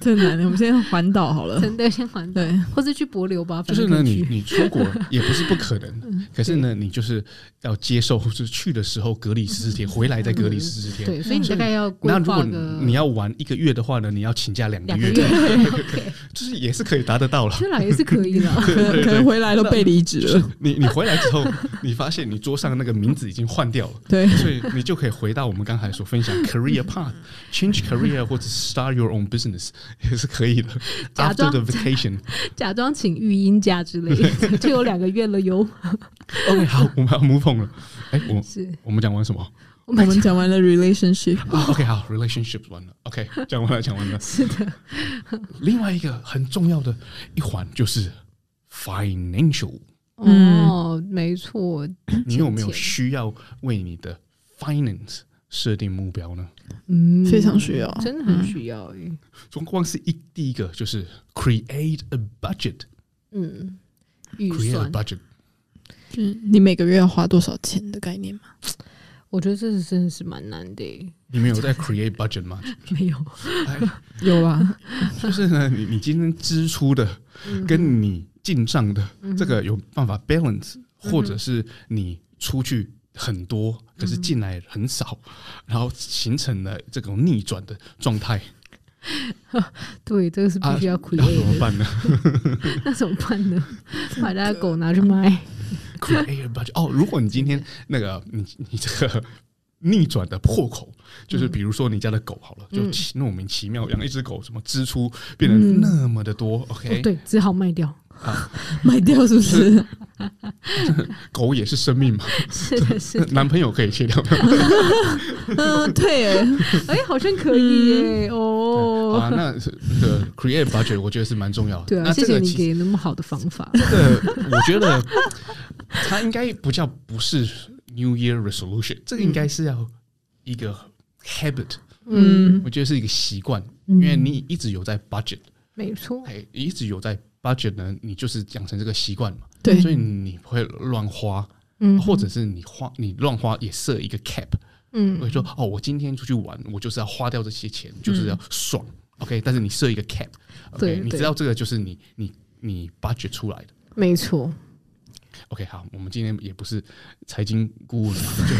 Speaker 3: 这难的，我们先环岛好了。
Speaker 2: 真的先还的，
Speaker 3: 对，
Speaker 2: 或是去博流吧，
Speaker 1: 就
Speaker 2: 反
Speaker 1: 是
Speaker 2: 正
Speaker 1: 呢，
Speaker 2: 可以
Speaker 1: 你
Speaker 2: 去嗯
Speaker 1: 你出国也不是不可能，可是呢，你就是要接受，就是去的时候隔离十四天，回来再隔离十四天。
Speaker 2: 对，所以你大概要规
Speaker 1: 那如
Speaker 2: 划
Speaker 1: 果
Speaker 2: 个
Speaker 1: 你要玩一个月的话呢，你要请假两个
Speaker 2: 两个
Speaker 1: 月，
Speaker 2: 月，OK，
Speaker 1: 就是也是可以达得到 了。
Speaker 2: 去来也是可 以了。
Speaker 3: 可能可能回来都被离职了。
Speaker 1: 你你回来之后，你发现你桌上那个名字已经换掉了，
Speaker 3: 对，
Speaker 1: 所以你就可以回到我们刚才所分享 career path、change career 或者 start your own business 也是可以的。
Speaker 2: 假
Speaker 1: After
Speaker 2: 装
Speaker 1: the vacation，
Speaker 2: 假装请育婴假之类 的，就有两个月了哟。
Speaker 1: OK，好，我们要 move on 了。哎、我
Speaker 2: 是
Speaker 1: 我们讲完什么、
Speaker 2: 我
Speaker 3: 我们
Speaker 2: 们
Speaker 3: 讲完了 relationship，
Speaker 1: o k 好，relationship 完了。OK，讲完了，讲完了。
Speaker 2: 是的，
Speaker 1: 另外一个很重要的一环就是 financial，
Speaker 3: 嗯
Speaker 2: 哦，没错，
Speaker 1: 你有没有
Speaker 2: 钱
Speaker 1: 需要为你的 finance 设定目标呢？
Speaker 2: 嗯，
Speaker 3: 非常需要
Speaker 2: 真的很需要诶、
Speaker 1: 总光是一第一个就是 create a budget，create
Speaker 2: 嗯，预
Speaker 1: a
Speaker 2: 算，
Speaker 1: budget。
Speaker 3: 就是你每个月要花多少钱的概念嘛？
Speaker 2: 我觉得这是真的是蛮难的欸、
Speaker 1: 你们有在 create budget 吗？
Speaker 2: 没有，啊
Speaker 1: 哎，
Speaker 3: 有啦，
Speaker 1: 就是呢，你你今天支出的 跟你进账的
Speaker 2: 嗯
Speaker 1: 这个有办法 balance，或者是你出去很多，可
Speaker 2: 嗯
Speaker 1: 是进来很少，然后形成了这种逆转的状态，
Speaker 2: 对，这个是必须要
Speaker 1: 那怎
Speaker 2: create
Speaker 1: 么
Speaker 2: 的，
Speaker 1: 办呢
Speaker 2: 那怎么 办呢？把大家
Speaker 1: 啊
Speaker 2: 狗拿去卖，
Speaker 1: ？Create a budget。哦，如果你今天那个你你这个。 逆转的破口，就是比如说你家的狗好了，就
Speaker 2: 嗯
Speaker 1: 奇莫名其妙养一只狗，什么支出变得那么的多、o
Speaker 2: 哦
Speaker 1: k
Speaker 2: 对，只好 卖掉。
Speaker 3: 卖掉是不是？
Speaker 1: 狗也是生命嘛，
Speaker 2: 是的，是的，
Speaker 1: 男朋友可以切掉的。
Speaker 3: 嗯，对耶，
Speaker 2: 哎，好像可以
Speaker 1: 嗯
Speaker 2: 耶、
Speaker 1: 好啊，
Speaker 2: 哦。
Speaker 1: 那是那个 create budget 我觉得是蛮重要的。
Speaker 2: 对啊，
Speaker 1: 那
Speaker 2: 谢
Speaker 1: 这
Speaker 2: 谢
Speaker 1: 个
Speaker 2: 你
Speaker 1: 其实
Speaker 2: 给那么好的方 法。
Speaker 1: 这个呃我觉得它应该不叫不是 New Year resolution，这个应该是要一个 habit，、
Speaker 3: 嗯
Speaker 1: 我觉得是一个习惯，
Speaker 2: 嗯
Speaker 1: 因为你一直有在 budget，
Speaker 2: 没错，
Speaker 1: 哎，一直有在 budget 呢，你就是养成这个习惯嘛，
Speaker 3: 对
Speaker 1: 所以你会乱花，
Speaker 2: 嗯，
Speaker 1: 或者是你花你乱花也设一个 cap，
Speaker 2: 嗯
Speaker 1: 我，就说哦，我今天出去玩，我就是要花掉这些钱，就是要爽。OK，但是你设一个 cap，OK，、
Speaker 2: 对
Speaker 1: 你
Speaker 2: 对
Speaker 1: 知道这个就是你你你 budget 出来的。
Speaker 2: 没错，
Speaker 1: OK，好，我们今天也不是财经顾问嘛，就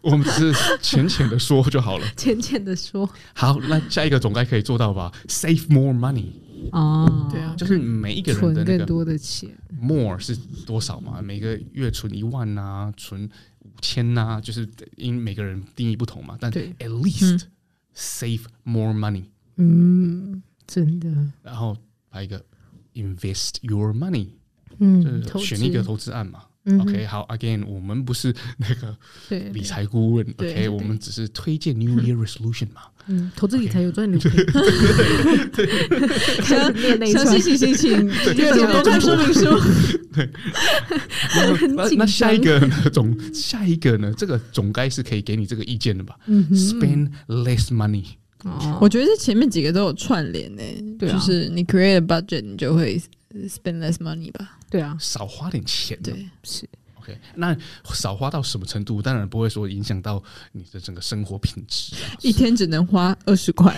Speaker 1: 我们只是浅浅的说就好了。
Speaker 2: 浅浅的说
Speaker 1: 好，那下一个总该可以做到吧？Save more money，
Speaker 2: 哦，
Speaker 3: 对啊，
Speaker 1: 就是每一个人的那
Speaker 2: 存更
Speaker 1: 个
Speaker 2: 多的钱，
Speaker 1: more 是多少嘛？每个月存一万啊，存五千呐，就是因每个人定义不同嘛。但
Speaker 2: 对
Speaker 1: at least、save more money。
Speaker 2: 嗯，真的，
Speaker 1: 然后还有一个 invest your money，、
Speaker 2: 嗯，
Speaker 1: 就
Speaker 2: 投
Speaker 1: 是
Speaker 2: 资
Speaker 1: 选一个投资案嘛。
Speaker 2: 嗯哼
Speaker 1: OK，好，again，我们不是那个
Speaker 2: 对
Speaker 1: 理，财顾问
Speaker 3: 对
Speaker 1: ，OK，
Speaker 3: 对
Speaker 1: 我们只是推荐 New Year resolution 嘛。
Speaker 2: 对嗯，投资理财 有赚有赔， 开始念那一
Speaker 3: 详
Speaker 2: 串
Speaker 3: 细，请请请阅读公开说明 书。
Speaker 1: 那那
Speaker 2: 紧
Speaker 1: 那下一
Speaker 2: 张
Speaker 1: 个呢？总下一个呢？这个总该是可以给你这个意见的吧、
Speaker 2: 嗯哦
Speaker 1: s p e n d less money，
Speaker 2: 哼，
Speaker 3: 我
Speaker 2: 我
Speaker 3: 觉得这前面几个都有串联呢、
Speaker 2: 对啊
Speaker 3: 就是你 create a budget，你就会 spend less money 吧？
Speaker 2: 对啊，
Speaker 1: 少花点钱。
Speaker 3: 对，
Speaker 2: 是
Speaker 1: OK，那少花到什么程度？当然不会说影响到你的整个生活品质啊。
Speaker 3: 一天只能花二十 块，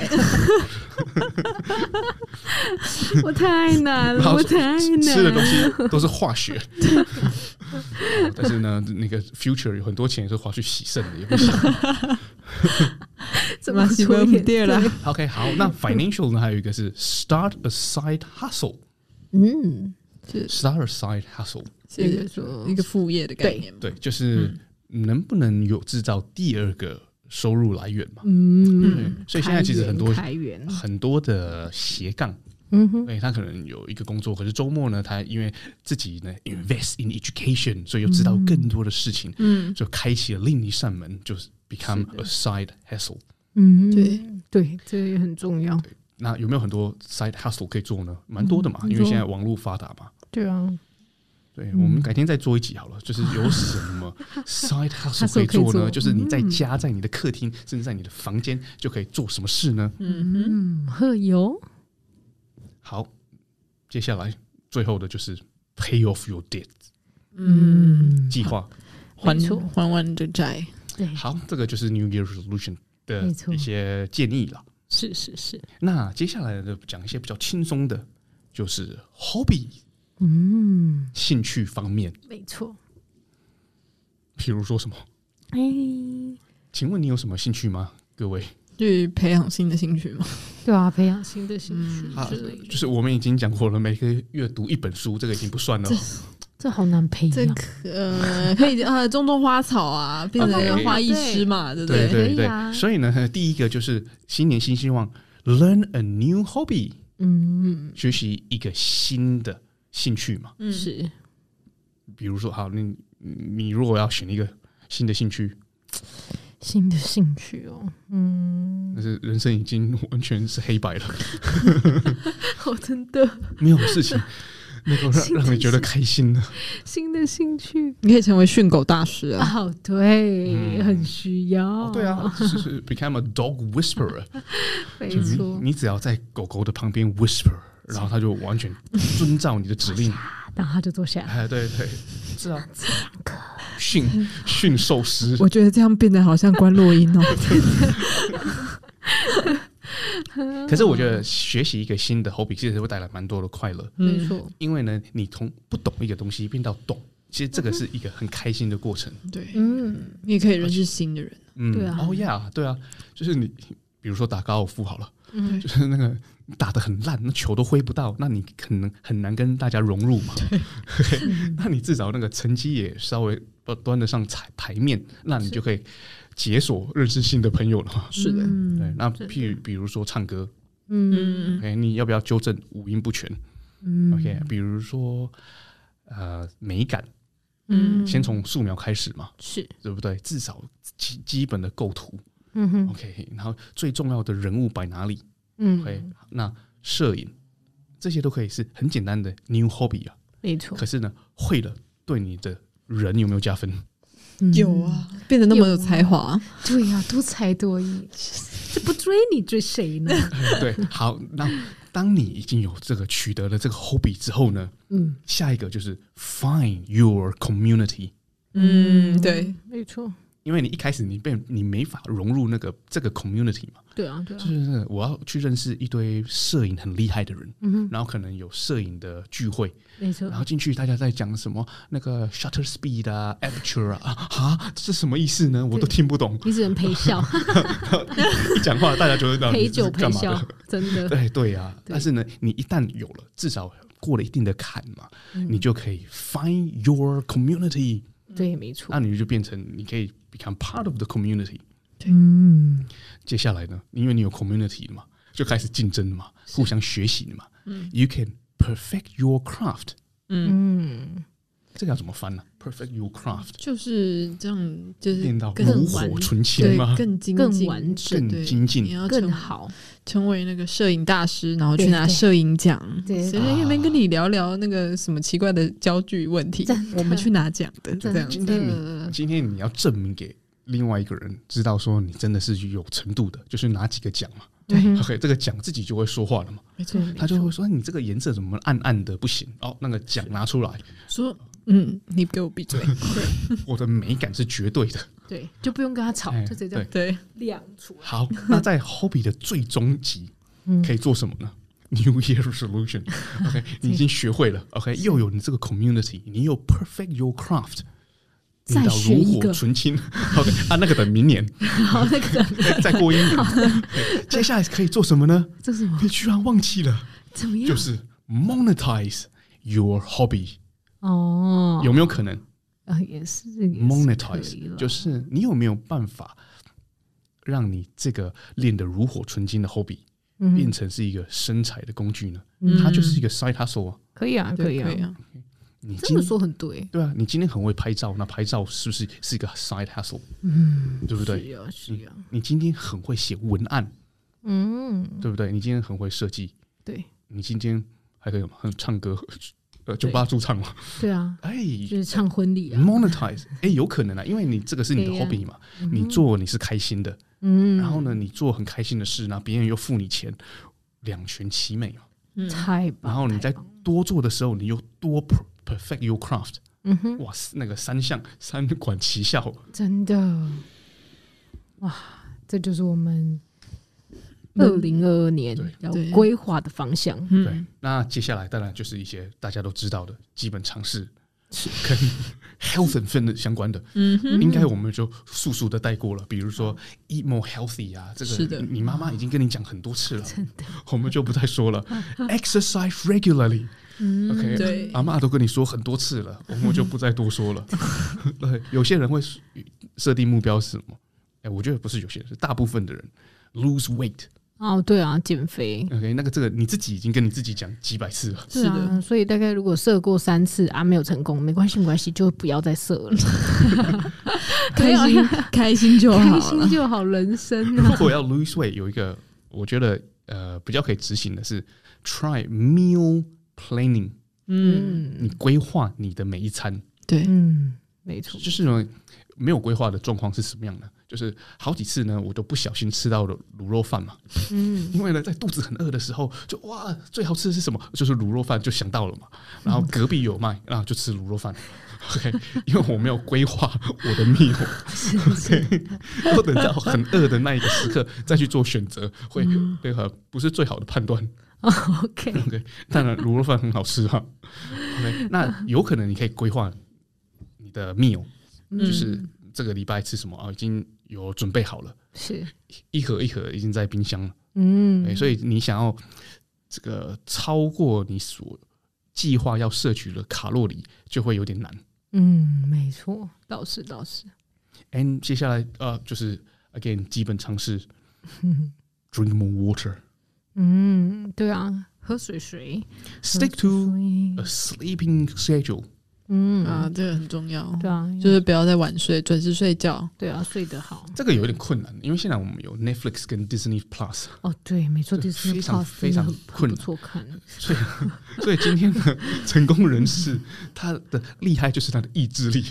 Speaker 2: 我太难
Speaker 1: 然
Speaker 2: 了，
Speaker 1: 后
Speaker 2: 我太
Speaker 1: 吃的
Speaker 2: 难
Speaker 1: 东
Speaker 2: 了，
Speaker 1: 西都是化学。哦但是呢，那个 future 有很多钱也是花去洗肾的，也不行。
Speaker 2: 怎么
Speaker 3: 喜
Speaker 2: 说
Speaker 3: 欢
Speaker 2: 也
Speaker 3: 第二啦
Speaker 2: 对？
Speaker 1: OK，好，那 financial 呢，还有一个是 start a side hustle。
Speaker 2: 嗯，
Speaker 1: start a side hustle，
Speaker 3: 是一
Speaker 2: 这个
Speaker 3: 个
Speaker 2: 说
Speaker 3: 一个副业的概念。
Speaker 1: 对，
Speaker 2: 嗯
Speaker 1: 就是能不能有制造第二个收入来源嘛？
Speaker 2: 嗯，
Speaker 1: 对，所以现在其实很多
Speaker 2: 开源，开源
Speaker 1: 很多的斜杠，
Speaker 2: 嗯哼，
Speaker 1: 对他可能有一个工作，可是周末呢，他因为自己呢 invest in education，所以又知道更多的事情，
Speaker 3: 嗯，
Speaker 1: 就开启了另一扇门，就是 become
Speaker 2: 是
Speaker 1: a side
Speaker 2: 的
Speaker 1: hustle。
Speaker 2: 嗯，
Speaker 3: 对
Speaker 2: 对，这个也很重要，
Speaker 1: 那有没有很多 side hustle 可以做呢？蛮多的嘛，
Speaker 2: 嗯
Speaker 1: 因为现在网络发达嘛。
Speaker 2: 对啊，
Speaker 1: 对，
Speaker 2: 嗯
Speaker 1: 我们改天再做一集好了，就是有什 么 side hustle 可以
Speaker 2: hustle 可以
Speaker 1: 做呢？
Speaker 2: 做
Speaker 1: 就是你在家、在你的客厅，甚至在你的房间就可以做什么事呢？
Speaker 2: 嗯，喝油，
Speaker 1: 好，接下来最后的就是 pay off your debt
Speaker 3: 嗯，
Speaker 1: 计划。
Speaker 3: 还
Speaker 2: 没错
Speaker 3: 还完你的债。
Speaker 2: 对，
Speaker 1: 好，这个就是 New Year resolution 的
Speaker 2: 没错
Speaker 1: 一些建议了。
Speaker 2: 是是是，
Speaker 1: 那接下来的讲一些比较轻松的，就是 hobby
Speaker 2: 嗯，
Speaker 1: 兴趣方面，
Speaker 2: 没错。
Speaker 1: 比如说什么？
Speaker 2: 哎，
Speaker 1: 请问你有什么兴趣吗？各位，
Speaker 3: 去培养新的兴趣嘛。
Speaker 2: 对啊，培养新的兴趣
Speaker 1: 啊
Speaker 2: 之类的，
Speaker 1: 就是我们已经讲过了，每个月阅读一本书，这个已经不算了。
Speaker 2: 这好难培
Speaker 3: 这
Speaker 2: 养。
Speaker 3: 可呃可以啊，种种花草啊，变 成花艺师嘛，对不
Speaker 1: 对
Speaker 3: 对？
Speaker 1: 对
Speaker 2: 可以
Speaker 1: 对，
Speaker 2: 啊
Speaker 1: 所以呢， 第一个就是新年新希望，learn a new hobby，
Speaker 2: 嗯，
Speaker 1: 学习一个新的兴趣嘛。
Speaker 3: 嗯，
Speaker 2: 是
Speaker 1: 比如说，好，你你如果要选一个新的兴趣，
Speaker 2: 新的兴趣哦。嗯，
Speaker 1: 但是人生已经完全是黑白了，
Speaker 2: 好，哦真的
Speaker 1: 没有事 情能够让让你觉得开心的。
Speaker 2: 新的兴趣
Speaker 3: 你可以成为训狗大师啊，
Speaker 2: 哦，对，
Speaker 1: 嗯
Speaker 2: 很需要。
Speaker 1: 哦，对啊，是是 become a dog whisperer，
Speaker 2: 没
Speaker 1: 就是
Speaker 2: 错，
Speaker 1: 你只要在狗狗的旁边 whisper，然后它就完全遵照你的指令。
Speaker 2: 然后就坐下来。
Speaker 1: 哎，对对，是啊， 驯驯兽师，
Speaker 3: 我觉得这样变得好像关洛音哦。
Speaker 1: 可是我觉
Speaker 2: 嗯
Speaker 1: 得学习一个新的 hobby 其实会带来蛮多的快乐，
Speaker 3: 嗯
Speaker 2: 没错，
Speaker 1: 因为呢，你从不懂一个东西变到懂，其实这个是一个很开心的过程。
Speaker 3: 对，
Speaker 2: 嗯，
Speaker 3: 你也可以认识新的人，
Speaker 1: 嗯，
Speaker 2: 对啊
Speaker 1: 哦呀，对啊，就是你比如说打高尔夫好了，
Speaker 2: 嗯
Speaker 1: 就是那个打得很烂，那球都挥不到，那你很能很难跟大家融入嘛。 那你至少那个成绩也稍微端得上台台面，那你就可以解锁认识新的朋友了嘛。
Speaker 3: 是的，
Speaker 1: 对
Speaker 2: 嗯，
Speaker 1: 那譬如比如说唱歌，
Speaker 2: 嗯
Speaker 3: 嗯，
Speaker 1: 哎、你要不要纠正五音不全、
Speaker 2: 嗯
Speaker 1: o k 比如说呃美感，
Speaker 2: 嗯
Speaker 1: 先从素描开始嘛，
Speaker 2: 是，
Speaker 1: 对不对？至少基基本的构图
Speaker 2: 嗯哼，
Speaker 1: ，OK，然后最重要的人物摆哪里，OK，
Speaker 2: 嗯，
Speaker 1: 那摄影这些都可以是很简单的 new hobby 啊。
Speaker 2: 没错
Speaker 1: 可，是呢，会了对你的人有没有加分？
Speaker 2: 嗯
Speaker 3: 有，啊，变得那么有才华，
Speaker 2: 对呀，多才多艺，这不追你追谁呢？
Speaker 1: 对，好，那当你已经有这个取得了这个 hobby 之后呢，
Speaker 2: 嗯
Speaker 1: 下一个就是 find your community。
Speaker 3: 嗯，对，，
Speaker 2: 没错，
Speaker 1: 因为你一开始你被你没法融入那个这个 community 嘛，
Speaker 2: 对啊，对啊
Speaker 1: 就，是那个我要去认识一堆摄影很厉害的人，
Speaker 2: 嗯哼，
Speaker 1: 然后可能有摄影的聚会，
Speaker 2: 没错
Speaker 1: 然，后进去大家在讲什么那个 shutter speed 啊，aperture 啊，啊，这是什么意思呢？我都听不懂，
Speaker 2: 你只能陪笑，
Speaker 1: 一讲话大家就会知道
Speaker 2: 陪
Speaker 1: 你这
Speaker 2: 酒
Speaker 1: 是
Speaker 2: 陪
Speaker 1: 干嘛
Speaker 2: 笑
Speaker 1: 的。，
Speaker 2: 真的，
Speaker 1: 对对啊，
Speaker 2: 对
Speaker 1: 但是呢，你一旦有了，至少过了一定的坎嘛，你就可以 find your community，
Speaker 2: 对，嗯没错
Speaker 1: 那，你就变成你可以 become part of the community。
Speaker 2: 嗯，
Speaker 1: 接下来呢，因为你有 community 了嘛，就开始竞争了嘛，互相学习了嘛。y
Speaker 3: 嗯
Speaker 1: o u can perfect your craft，
Speaker 2: 嗯，
Speaker 1: 这个要怎么翻呢、p e r f e c t your craft，
Speaker 3: 就是这样，就是
Speaker 1: 练到
Speaker 3: 更
Speaker 1: 炉
Speaker 3: 完
Speaker 1: 火纯青
Speaker 3: 对
Speaker 1: 吗？
Speaker 3: 更精
Speaker 2: 更
Speaker 3: 进
Speaker 2: 完整
Speaker 1: 更
Speaker 3: 对
Speaker 1: 精进
Speaker 3: 你要
Speaker 2: 更
Speaker 3: 成
Speaker 2: 好，
Speaker 3: 成为那个摄影大师，然后
Speaker 2: 对
Speaker 3: 去拿
Speaker 2: 对
Speaker 3: 摄影奖。
Speaker 2: 对
Speaker 3: 谁在那边跟你聊聊那个什么奇怪的焦距问题
Speaker 2: 真的？
Speaker 3: 我们去拿奖的这样。
Speaker 2: 真的，
Speaker 1: 今天你要证明给另外一个人知道，说你真的是有程度的，就是拿几个奖嘛。
Speaker 2: 对，
Speaker 1: OK，这个奖自己就会说话了嘛，
Speaker 3: 没错，
Speaker 1: 他就会说哎你这个颜色怎么暗暗的不行哦，那个奖拿出来，
Speaker 3: 说嗯，你给我闭嘴。
Speaker 1: 我的美感是绝对的。
Speaker 2: 对，就不用跟他吵，
Speaker 1: 哎
Speaker 2: 嗯就直接这样
Speaker 3: 对，
Speaker 2: 亮出来，
Speaker 1: 好，那在 hobby 的最终极
Speaker 2: 嗯
Speaker 1: 可以做什么呢？New Year Resolution。OK，你 已经学会了。OK，又有你这个 community，你又 perfect your craft，你
Speaker 2: 再
Speaker 1: 到
Speaker 2: 学
Speaker 1: 炉
Speaker 2: 一
Speaker 1: 火
Speaker 2: 个
Speaker 1: 纯青。OK，啊，那个等明年，
Speaker 2: 好，那个
Speaker 1: 再过一年。对接下来可以做什么呢？
Speaker 2: 这是 什么？
Speaker 1: 你居然忘记了，
Speaker 2: 怎么样？
Speaker 1: 就是 monetize your hobby，
Speaker 2: 哦，
Speaker 1: 有没有可能
Speaker 2: 啊，也是也是可以
Speaker 1: monetize？
Speaker 2: 啦
Speaker 1: 就是你有没有办法让你这个练得炉火纯青的 hobby
Speaker 2: 嗯
Speaker 1: 变成是一个生财的工具呢？
Speaker 2: 嗯
Speaker 1: 它就是一个 side hustle 啊。
Speaker 2: 可以啊，可以
Speaker 3: 对
Speaker 2: 啊
Speaker 3: 可以，啊。
Speaker 1: 你
Speaker 2: 这
Speaker 1: 今
Speaker 2: 么说很对，
Speaker 1: 对啊，你今天很会拍照，那拍照是不是是一个 side hustle？嗯，对不
Speaker 2: 是
Speaker 1: 对？
Speaker 2: 啊，是啊，
Speaker 1: 你今天很会写文案，
Speaker 2: 嗯，
Speaker 1: 对不对？你今天很会设计，
Speaker 2: 对，
Speaker 1: 你今天还可以很唱歌， 呃，酒吧驻唱 嘛？
Speaker 2: 对啊，
Speaker 1: 哎
Speaker 2: 就是唱婚礼啊，
Speaker 1: ，monetize，哎，有可能啊，因为你这个是你的
Speaker 2: 对呀
Speaker 1: hobby 嘛，你做你是开心的，
Speaker 2: 嗯，
Speaker 1: 然后呢，你做很开心的事，那别人又付你钱，两全其美嘛。
Speaker 2: 太棒，
Speaker 1: 然后你
Speaker 2: 太
Speaker 1: 在
Speaker 2: 棒
Speaker 1: 多做的时候，你又多 per- perfect your craft，
Speaker 2: 嗯哼，
Speaker 1: 哇，哦那个三项三管齐下，
Speaker 2: 真的，哇，
Speaker 5: 这就是我们
Speaker 2: 二
Speaker 5: 二零
Speaker 2: 零二二年
Speaker 1: 对
Speaker 2: 嗯要
Speaker 3: 对
Speaker 2: 规划的方向。
Speaker 1: 对
Speaker 3: 嗯，，
Speaker 1: 那接下来当然就是一些大家都知道的基本常识，跟 health and fitness 相关的，
Speaker 3: 嗯哼，
Speaker 1: 应该我们就速速的带过了。比如说 eat more healthy 啊，这
Speaker 3: 是
Speaker 1: 个
Speaker 3: 的
Speaker 1: 你妈妈已经跟你讲很多次 了，我们就不再说了。Exercise regularly，OK，
Speaker 3: 对
Speaker 1: 阿妈都跟你说很多次了，我们就不再多说了。对，有些人会设定目标是什么？哎、我觉得不是有些人，是大部分的人 lose weight。
Speaker 2: 哦，对啊，减肥。
Speaker 1: OK，那个这个你自己已经跟你自己讲几百次了。
Speaker 2: 对
Speaker 3: 是
Speaker 2: 啊，所以大概如果射过三次啊，没有成功，没关系，没关系，就不要再射了，
Speaker 3: 开
Speaker 5: 没 有
Speaker 3: 心啊开心就好
Speaker 5: 开
Speaker 3: 了
Speaker 5: 心。就好，人生
Speaker 1: 如
Speaker 5: 啊，
Speaker 1: 果要 lose weight，有一个我觉得呃比较可以执行的是 try meal planning，
Speaker 3: 嗯，
Speaker 1: 你规划你的每一餐，
Speaker 3: 对，
Speaker 2: 嗯，没错，
Speaker 1: 就是呢没有规划的状况是什么样的？就是好几次呢，我都不小心吃到了卤肉饭嘛。
Speaker 2: 嗯，
Speaker 1: 因为呢，在肚子很饿的时候，就哇，最好吃的是什么？就是卤肉饭，就想到了嘛。然后隔壁有卖，然后就吃卤肉饭。OK，因为我没有规划我的 meal。OK，要等到很饿的那一个时刻再去做选择，会对和不是最好的判断。
Speaker 2: ，OK，
Speaker 1: OK，当然卤肉饭很好吃哈、OK，那有可能你可以规划你的哦 meal，就是
Speaker 2: 嗯
Speaker 1: 这个礼拜吃什么啊，已经有准备好了，
Speaker 2: 是，
Speaker 1: 一盒一盒已经在冰箱了。对，
Speaker 2: 嗯，
Speaker 1: 所以你想要这个超过你所计划要摄取的卡路里，就会有点难。
Speaker 2: 嗯，没错，倒是倒是，
Speaker 1: And 接下来呃，就是 again 基本常识，drink more water,
Speaker 2: 嗯，对啊，喝水水，
Speaker 1: stick
Speaker 2: 所
Speaker 1: to
Speaker 2: 以
Speaker 1: a sleeping schedule。
Speaker 2: 嗯
Speaker 3: 啊，这个很重要，
Speaker 2: 对啊，
Speaker 3: 就是不要再晚睡，准时睡觉。
Speaker 2: 对啊，睡得好，
Speaker 1: 这个有点困难，因为现在我们有 Netflix 跟 Disney Plus，
Speaker 2: 哦，对，没错，
Speaker 1: 对
Speaker 2: Disney
Speaker 1: 非常
Speaker 2: Plus
Speaker 1: 非常
Speaker 2: 真的很
Speaker 1: 困难
Speaker 2: 不错看，
Speaker 1: 所以 所以今天的成功人士，他的厉害就是他的意志力，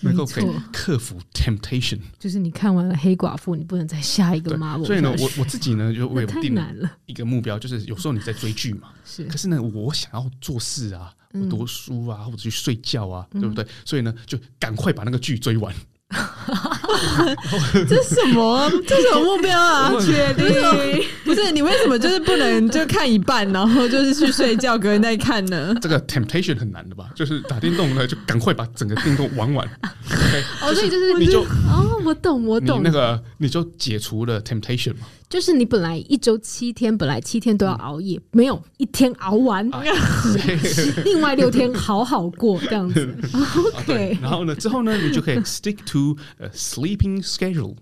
Speaker 1: 能够可以
Speaker 2: 没错
Speaker 1: 克服 temptation。
Speaker 2: 就是你看完了《黑寡妇》，你不能再下一个
Speaker 1: 对
Speaker 2: Marvel，，
Speaker 1: 所以呢，
Speaker 2: 下去
Speaker 1: 我我自己呢，就为我
Speaker 2: 那太
Speaker 1: 定了
Speaker 2: 难了，
Speaker 1: 一个目标，就是有时候你在追剧嘛，
Speaker 2: 是
Speaker 1: 可，是呢，我想要做事啊，我
Speaker 2: 嗯
Speaker 1: 读书啊，或者去睡觉啊，对不对？所以呢，就赶快把那个剧追完。
Speaker 2: 嗯
Speaker 3: 这是什么啊？ 这是什么目标啊？
Speaker 2: 确定，
Speaker 3: 不是你为什么就是不能就看一半，然后就是去睡觉，隔天再看呢？
Speaker 1: 这个 temptation 很难的吧？就是打电动呢，就赶快把整个电动玩完。OK，
Speaker 2: 哦，所以就是
Speaker 1: 你就
Speaker 2: 哦，我懂，我
Speaker 1: 你
Speaker 2: 懂
Speaker 1: 那，个你就解除了 temptation 嘛？
Speaker 2: 就是你本来一周七天，本来七天都要熬夜，没有一天熬完，
Speaker 1: 嗯 啊
Speaker 2: 另外六天好好过这样子。
Speaker 1: 啊对
Speaker 2: OK，
Speaker 1: 然后呢，之后呢，你就可以 stick to a sleeping schedule。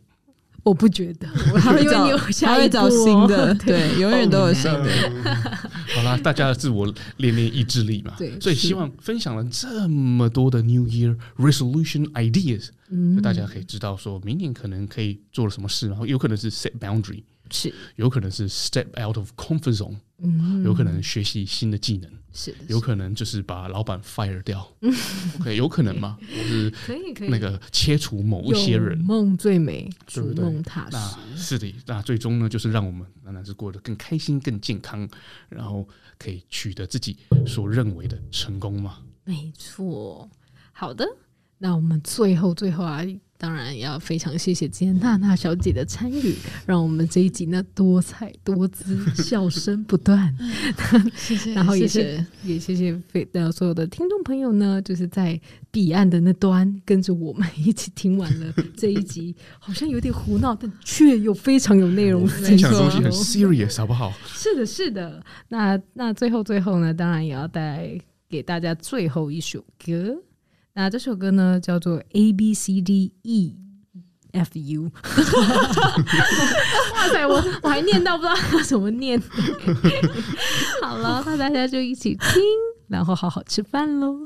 Speaker 2: 我不觉得，
Speaker 3: 他会
Speaker 2: 因为
Speaker 3: 找
Speaker 2: 你有，
Speaker 3: 他
Speaker 2: 下一
Speaker 3: 会
Speaker 2: 步
Speaker 3: 找
Speaker 2: 哦
Speaker 3: 新的，对，永远都有新的。
Speaker 1: Oh, 好啦，大家的自我练练意志力嘛。
Speaker 2: 对
Speaker 1: 所以希望分享了这么多的 New Year resolution ideas，就
Speaker 3: 嗯
Speaker 1: 大家可以知道说明年可能可以做了什么事，然后有可能是 set boundary，
Speaker 2: 是
Speaker 1: 有可能是 step out of comfort zone，有
Speaker 3: 嗯
Speaker 1: 可能学习新的技能，
Speaker 2: 是的，
Speaker 1: 有可能就是把老板 fire 掉。OK，有可能嘛？或是
Speaker 2: 可以可以
Speaker 1: 那个切除某一些人
Speaker 2: 有。梦最美，
Speaker 1: 对
Speaker 2: 逐
Speaker 1: 不对
Speaker 2: 梦踏实。
Speaker 1: 那是的，那最终呢，就是让我们当然是过得更开心、更健康，然后可以取得自己所认为的成功嘛。
Speaker 2: 没错，好的，那我们最后最后啊，当然要非常谢谢今天娜娜小姐的参 与，让我们这一集呢多彩多姿，笑声不 断。
Speaker 3: 谢谢
Speaker 2: 然后也
Speaker 3: 谢
Speaker 2: 是
Speaker 3: 谢，
Speaker 2: 也谢谢非呃所有的听众朋友呢，就是在彼岸的那端跟着我们一起听完了这一集，好像有点胡闹，但却又非常有内容。
Speaker 1: 分享的东西很 serious，好不好？
Speaker 2: 是的，是的。那那最后最后呢，当然也要带给大家最后一首歌。那这首歌呢叫做 A B C D E。F U，哇塞，我我还念到不知道要怎么念。 好了，那大家就一起听，然后好好吃饭喽。